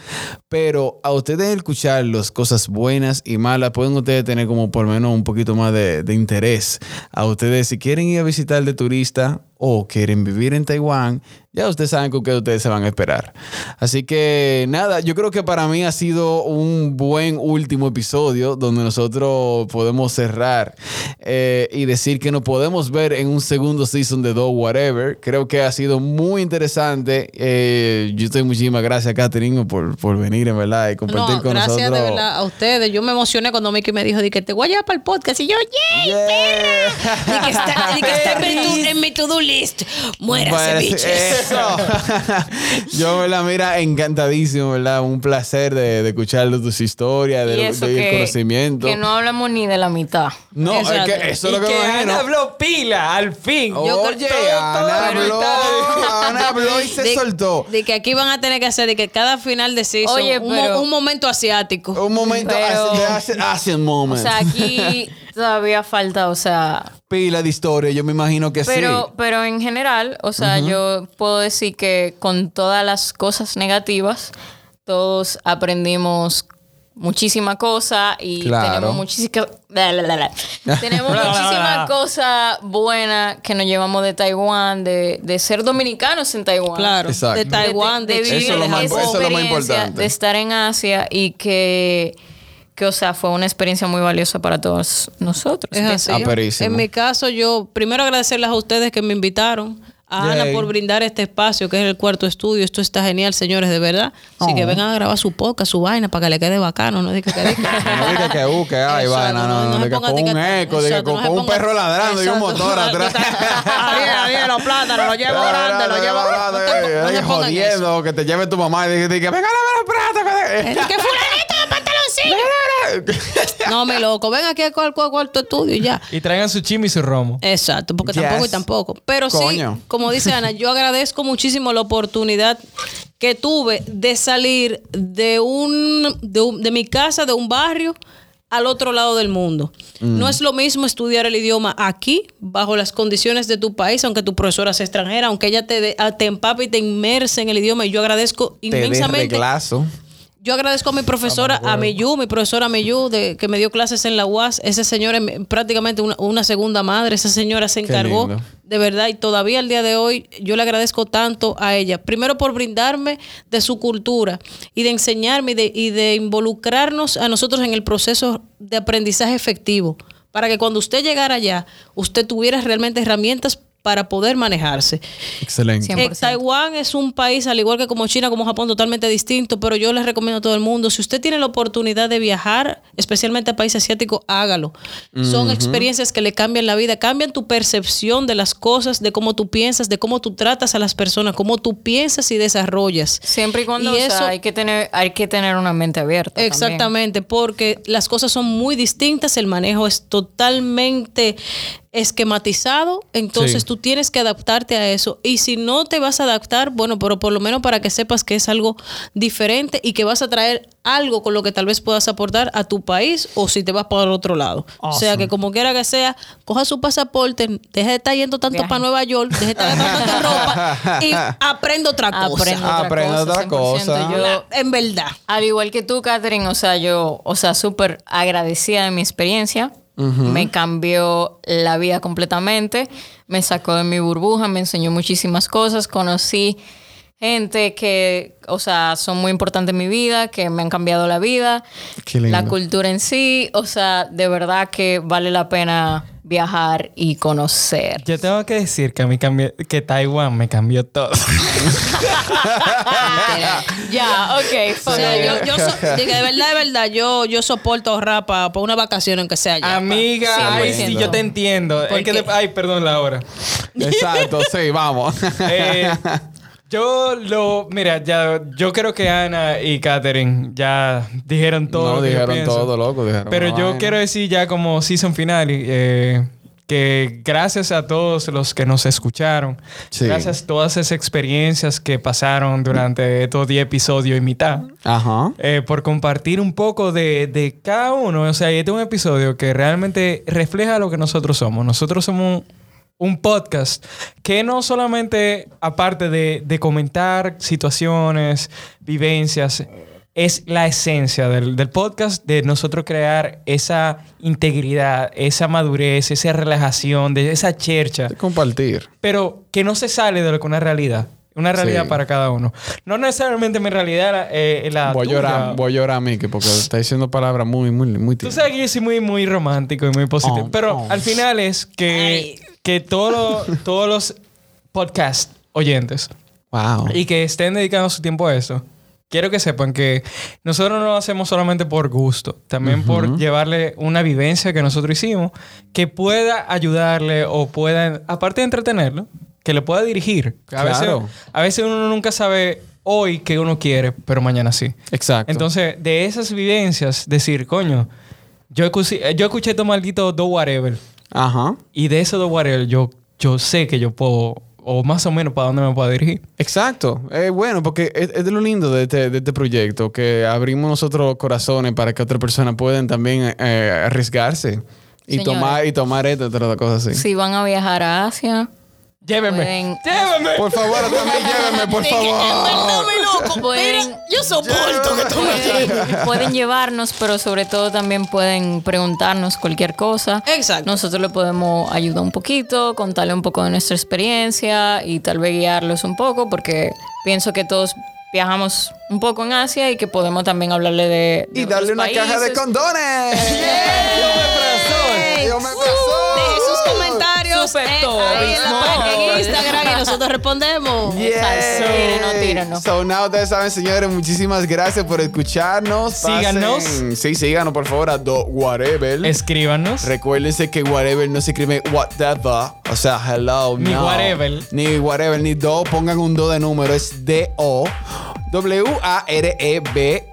Speaker 3: Pero a ustedes escuchar las cosas buenas y malas, pueden ustedes tener como por lo menos un poquito más de, de interés. A ustedes, si quieren ir a visitar de turista o quieren vivir en Taiwán, ya ustedes saben con qué ustedes se van a esperar. Así que nada, yo creo que para mí ha sido un buen último episodio donde nosotros podemos cerrar eh, y decir que nos podemos ver en un segundo season de Do Whatever. Creo que ha sido muy interesante. Eh, yo te doy muchísimas gracias, Katherine, por, por venir, en verdad, y compartir
Speaker 2: No,
Speaker 3: con
Speaker 2: gracias
Speaker 3: nosotros.
Speaker 2: de verdad a ustedes. Yo me emocioné cuando Mickey me dijo de que te voy a llevar para el podcast. Y yo, ¡yay!
Speaker 3: Yeah.
Speaker 2: Di que está, di que
Speaker 3: [laughs]
Speaker 2: está en, mi to- en mi to-do list. Muérase,
Speaker 3: Parece-
Speaker 2: [laughs] biches.
Speaker 3: Eso. Pues, Yo, ¿verdad? Mira, encantadísimo, ¿verdad? Un placer de, de escuchar tus historias, de,
Speaker 4: y
Speaker 3: de,
Speaker 4: eso
Speaker 3: del
Speaker 4: que,
Speaker 3: conocimiento.
Speaker 4: que no hablamos ni de la mitad.
Speaker 3: No, es
Speaker 2: Exacto.
Speaker 3: que eso es lo que
Speaker 1: que
Speaker 3: me
Speaker 1: Ana
Speaker 3: imagino.
Speaker 1: habló pila, al fin.
Speaker 3: Oh.
Speaker 2: Yo creo
Speaker 3: Oye,
Speaker 2: todo, todo
Speaker 3: Ana
Speaker 2: lo
Speaker 3: habló,
Speaker 1: está-
Speaker 3: Ana habló y se
Speaker 2: De-
Speaker 3: soltó.
Speaker 2: De que aquí van a tener que hacer de que cada final de season
Speaker 4: Oye,
Speaker 2: un, mo-
Speaker 4: pero-
Speaker 2: un momento asiático.
Speaker 3: Un momento,
Speaker 4: Pero-
Speaker 3: hace, hace- hace un
Speaker 4: O
Speaker 3: moment. [laughs]
Speaker 4: sea, aquí todavía falta, o sea,
Speaker 3: Pila de historia, yo me imagino que
Speaker 4: Pero,
Speaker 3: sí.
Speaker 4: pero en general, o sea, yo puedo decir que con todas las cosas negativas, todos aprendimos muchísima cosa y
Speaker 3: Claro.
Speaker 4: tenemos muchísimas
Speaker 3: [laughs]
Speaker 4: tenemos muchísima cosa buena que nos llevamos de Taiwán, de, de ser dominicanos en Taiwán.
Speaker 2: Claro.
Speaker 3: Exacto.
Speaker 2: De Taiwán, de, Chile.
Speaker 4: vivir
Speaker 3: Eso es lo más- eso
Speaker 4: esa
Speaker 3: es lo más
Speaker 4: experiencia,
Speaker 3: importante.
Speaker 4: De estar en Asia y que, que, o sea, fue una experiencia muy valiosa para todos nosotros.
Speaker 2: Es
Speaker 4: que
Speaker 2: así.
Speaker 3: Ah, perísimo.
Speaker 2: En mi caso, yo primero agradecerles a ustedes que me invitaron. A
Speaker 3: Yay.
Speaker 2: Ana por brindar este espacio que es el cuarto estudio. Esto está genial, señores, de verdad. Así que vengan a grabar su podcast, su vaina, para que le quede bacano. No diga
Speaker 3: [laughs]
Speaker 2: que
Speaker 3: No diga que, uh, que, ay,
Speaker 2: Exacto,
Speaker 3: vaina, no, no,
Speaker 2: se
Speaker 3: de que
Speaker 2: ponga
Speaker 3: con
Speaker 2: de
Speaker 3: un
Speaker 2: que-
Speaker 3: eco, de que
Speaker 2: exacto,
Speaker 3: con-
Speaker 2: no se
Speaker 3: con un
Speaker 2: ponga-
Speaker 3: perro ladrando y un
Speaker 2: [laughs]
Speaker 3: motor atrás.
Speaker 2: Ariel, Ariel, los plátanos, los llevo grande, los llevo
Speaker 3: Hablando,
Speaker 2: No te-
Speaker 3: eh,
Speaker 2: no
Speaker 3: eh,
Speaker 2: te pongan eso.
Speaker 3: jodiendo, que te lleve tu mamá y diga, diga, venga, dame [laughs]
Speaker 2: Es
Speaker 3: los platos.
Speaker 2: que fulanito de pantaloncillo. No, mi loco, ven aquí al cual- cual- cuarto estudio y ya.
Speaker 1: Y traigan su chimi y su romo.
Speaker 2: Exacto, porque tampoco y
Speaker 3: Yes.
Speaker 2: tampoco. Pero
Speaker 3: Coño.
Speaker 2: sí, como dice Ana, yo agradezco muchísimo la oportunidad que tuve de salir de un, de un- de mi casa, de un barrio al otro lado del mundo.
Speaker 3: Mm.
Speaker 2: No es lo mismo estudiar el idioma aquí, bajo las condiciones de tu país, aunque tu profesora sea extranjera, aunque ella te, de- te empape y te inmerse en el idioma. Y yo agradezco
Speaker 3: Te
Speaker 2: inmensamente yo agradezco a mi profesora, a Miyu, mi profesora Miyu, de, que me dio clases en la UAS. Ese señor es mi- prácticamente una, una segunda madre. Esa señora se
Speaker 3: Qué
Speaker 2: encargó,
Speaker 3: lindo.
Speaker 2: de verdad, y todavía al día de hoy yo le agradezco tanto a ella. Primero por brindarme de su cultura y de enseñarme y de, y de involucrarnos a nosotros en el proceso de aprendizaje efectivo. Para que cuando usted llegara allá, usted tuviera realmente herramientas para poder manejarse.
Speaker 3: Excelente.
Speaker 4: Siempre.
Speaker 2: Eh,
Speaker 4: 100%.
Speaker 2: Taiwán es un país, al igual que como China, como Japón, totalmente distinto, pero yo les recomiendo a todo el mundo, si usted tiene la oportunidad de viajar, especialmente a países asiáticos, hágalo. Son experiencias que le cambian la vida, cambian tu percepción de las cosas, de cómo tú piensas, de cómo tú tratas a las personas, cómo tú piensas y desarrollas.
Speaker 4: Siempre y cuando o
Speaker 2: Y
Speaker 4: sea,
Speaker 2: eso-
Speaker 4: hay que tener hay que tener una mente abierta. también.
Speaker 2: Exactamente, porque las cosas son muy distintas, el manejo es totalmente esquematizado, entonces
Speaker 3: Sí.
Speaker 2: tú tienes que adaptarte a eso. Y si no te vas a adaptar, bueno, pero por lo menos para que sepas que es algo diferente y que vas a traer algo con lo que tal vez puedas aportar a tu país o si te vas para otro lado. O sea, que como quiera que sea, coja su pasaporte, deje de estar yendo tanto
Speaker 4: Viaje.
Speaker 2: para Nueva York, deje de estar gastando tanta ropa y aprende otra cosa.
Speaker 4: Aprende otra
Speaker 3: Aprende
Speaker 4: cosa,
Speaker 3: otra cosa.
Speaker 4: 100%. Yo,
Speaker 2: En verdad.
Speaker 4: al igual que tú, Catherine, o sea, yo, o sea, súper agradecida de mi experiencia. Me cambió la vida completamente, me sacó de mi burbuja, me enseñó muchísimas cosas, conocí gente que, o sea, son muy importantes en mi vida, que me han cambiado la vida,
Speaker 3: Qué lindo. [laughs]
Speaker 4: la cultura en sí, o sea, de verdad que vale la pena viajar y conocer.
Speaker 1: Yo tengo que decir que a mí cambió, que Taiwán me cambió todo. [laughs]
Speaker 4: Ya, ok.
Speaker 2: O
Speaker 4: fue
Speaker 2: sea,
Speaker 4: bien.
Speaker 2: yo, yo
Speaker 3: [laughs]
Speaker 2: so- digo, de verdad, de verdad, yo, yo soporto ahorrar para una vacación aunque sea allá. pa.
Speaker 1: Amiga, ay, sí, yo te
Speaker 3: [laughs]
Speaker 1: entiendo. Es que te- ay, perdón, Laura.
Speaker 3: Exacto, sí, vamos.
Speaker 1: Eh, Yo lo. Mira, ya. Yo creo que Ana y Katherine ya dijeron [laughs] todo.
Speaker 3: [laughs] no,
Speaker 1: lo que yo
Speaker 3: dijeron
Speaker 1: pienso.
Speaker 3: todo, loco. dijeron
Speaker 1: Pero
Speaker 3: una
Speaker 1: yo
Speaker 3: vaina.
Speaker 1: quiero decir ya como season final eh, que gracias a todos los que nos escucharon,
Speaker 3: Sí.
Speaker 1: gracias a todas esas experiencias que pasaron durante estos 10 episodios y mitad,
Speaker 3: Ajá.
Speaker 1: eh, por compartir un poco de, de cada uno. O sea, este es un episodio que realmente refleja lo que nosotros somos. Nosotros somos un, un podcast que no solamente, aparte de, de comentar situaciones, vivencias, es la esencia del, del podcast de nosotros crear esa integridad, esa madurez, esa relajación, de esa chercha
Speaker 3: De compartir.
Speaker 1: pero que no se sale de lo que una realidad. Una realidad
Speaker 3: Sí.
Speaker 1: para cada uno. No necesariamente mi realidad eh, la
Speaker 3: Voy a
Speaker 1: tuya.
Speaker 3: llorar, voy a llorar a Mickey porque está diciendo palabras muy, muy, muy
Speaker 1: Tú
Speaker 3: tiernas.
Speaker 1: sabes que yo soy muy, muy romántico y muy positivo.
Speaker 3: Oh,
Speaker 1: pero
Speaker 3: oh.
Speaker 1: al final es que, que todo lo- todos los podcast oyentes
Speaker 3: Wow.
Speaker 1: y que estén dedicando su tiempo a eso, quiero que sepan que nosotros no lo hacemos solamente por gusto, también por llevarle una vivencia que nosotros hicimos que pueda ayudarle o pueda, aparte de entretenerlo, que le pueda dirigir. A,
Speaker 3: Claro.
Speaker 1: veces, a veces uno nunca sabe hoy qué uno quiere, pero mañana sí.
Speaker 3: Exacto.
Speaker 1: Entonces, de esas vivencias, decir, coño, yo escuché, eh, yo escuché estos malditos Do Whatever.
Speaker 3: Ajá.
Speaker 1: Y de esos Do Whatever, yo, yo sé que yo puedo, o más o menos para dónde me puedo dirigir.
Speaker 3: Exacto. Eh, bueno, porque es, es de lo lindo de este, de este proyecto, que abrimos nosotros los corazones para que otras personas puedan también eh, arriesgarse y
Speaker 4: Señores.
Speaker 3: tomar y tomar esto, otras cosas así.
Speaker 4: Si van a viajar a Asia,
Speaker 1: Llévenme.
Speaker 4: Pueden-
Speaker 1: Llévenme.
Speaker 3: Por favor, a mí llévenme,
Speaker 4: [laughs]
Speaker 3: por favor.
Speaker 2: loco.
Speaker 4: Pueden-
Speaker 2: Mira, yo soporto que tú me lleves.
Speaker 4: pueden, eh, pueden llevarnos, pero sobre todo también pueden preguntarnos cualquier cosa.
Speaker 2: Exacto.
Speaker 4: Nosotros le podemos ayudar un poquito, contarle un poco de nuestra experiencia y tal vez guiarlos un poco, porque pienso que todos viajamos un poco en Asia y que podemos también hablarle de... de
Speaker 3: Y darle
Speaker 4: otros
Speaker 3: una caja de
Speaker 4: países.
Speaker 3: condones. Yo me
Speaker 2: Deje
Speaker 3: abrazo.
Speaker 2: sus comentarios
Speaker 4: Súper
Speaker 2: eh,
Speaker 4: todo.
Speaker 2: ahí en la
Speaker 4: No.
Speaker 2: página en Instagram y nosotros respondemos.
Speaker 3: Yeah.
Speaker 4: Tírenos, tírenos.
Speaker 3: So now ustedes saben, señores, muchísimas gracias por escucharnos.
Speaker 1: Síganos.
Speaker 3: Pasen- Sí, síganos, por favor, a Do Whatever.
Speaker 1: Escríbanos.
Speaker 3: Recuérdense que whatever no se escribe whatever. O sea, hello,
Speaker 1: Ni
Speaker 3: no.
Speaker 1: whatever.
Speaker 3: Ni whatever, ni do. Pongan un do de número. Es D-O. E W-A-R-E-B-E-L.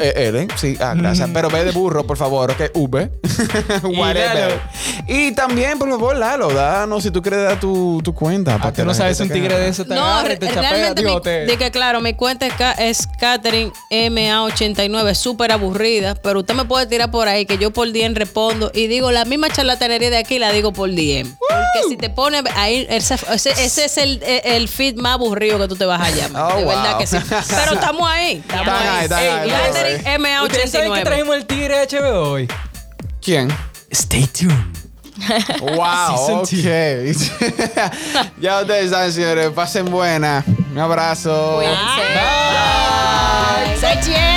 Speaker 1: EL.
Speaker 3: Sí, ah, gracias. Pero B de burro, por favor, ok.
Speaker 1: [laughs]
Speaker 3: V. whatever. Y también, por favor, Lalo, danos si tú quieres dar tu, tu cuenta.
Speaker 1: Ah,
Speaker 3: para
Speaker 1: tú
Speaker 3: que
Speaker 1: no
Speaker 3: la
Speaker 1: sabes un
Speaker 3: gente te
Speaker 1: tigre
Speaker 3: crea.
Speaker 1: de eso te
Speaker 2: No,
Speaker 1: agarra y
Speaker 2: re-
Speaker 1: te chapea.
Speaker 2: realmente,
Speaker 1: Digo,
Speaker 2: mi,
Speaker 1: te-
Speaker 2: de que claro, mi cuenta es, ca- es Catherine MA89, súper aburrida, pero usted me puede tirar por ahí que yo por DM respondo y digo la misma charlatanería de aquí, la digo por DM. Porque si te pone ahí, ese, ese- ese es el, el, el feed más aburrido que tú te vas a llamar.
Speaker 3: Oh,
Speaker 2: de verdad
Speaker 3: wow.
Speaker 2: que sí. Pero estamos ahí. Estamos
Speaker 3: Están ahí, están
Speaker 1: Ey,
Speaker 3: ahí, están ahí.
Speaker 2: Catherine
Speaker 1: ¿Ustedes saben que
Speaker 2: MA89.
Speaker 1: trajimos el tigre de HBO hoy? [laughs]
Speaker 3: ¿Quién?
Speaker 1: Stay tuned.
Speaker 3: Wow, ok. [laughs] ya ustedes saben, señores. Pasen buena. Un abrazo.
Speaker 4: Cuídense.
Speaker 2: Se quiere.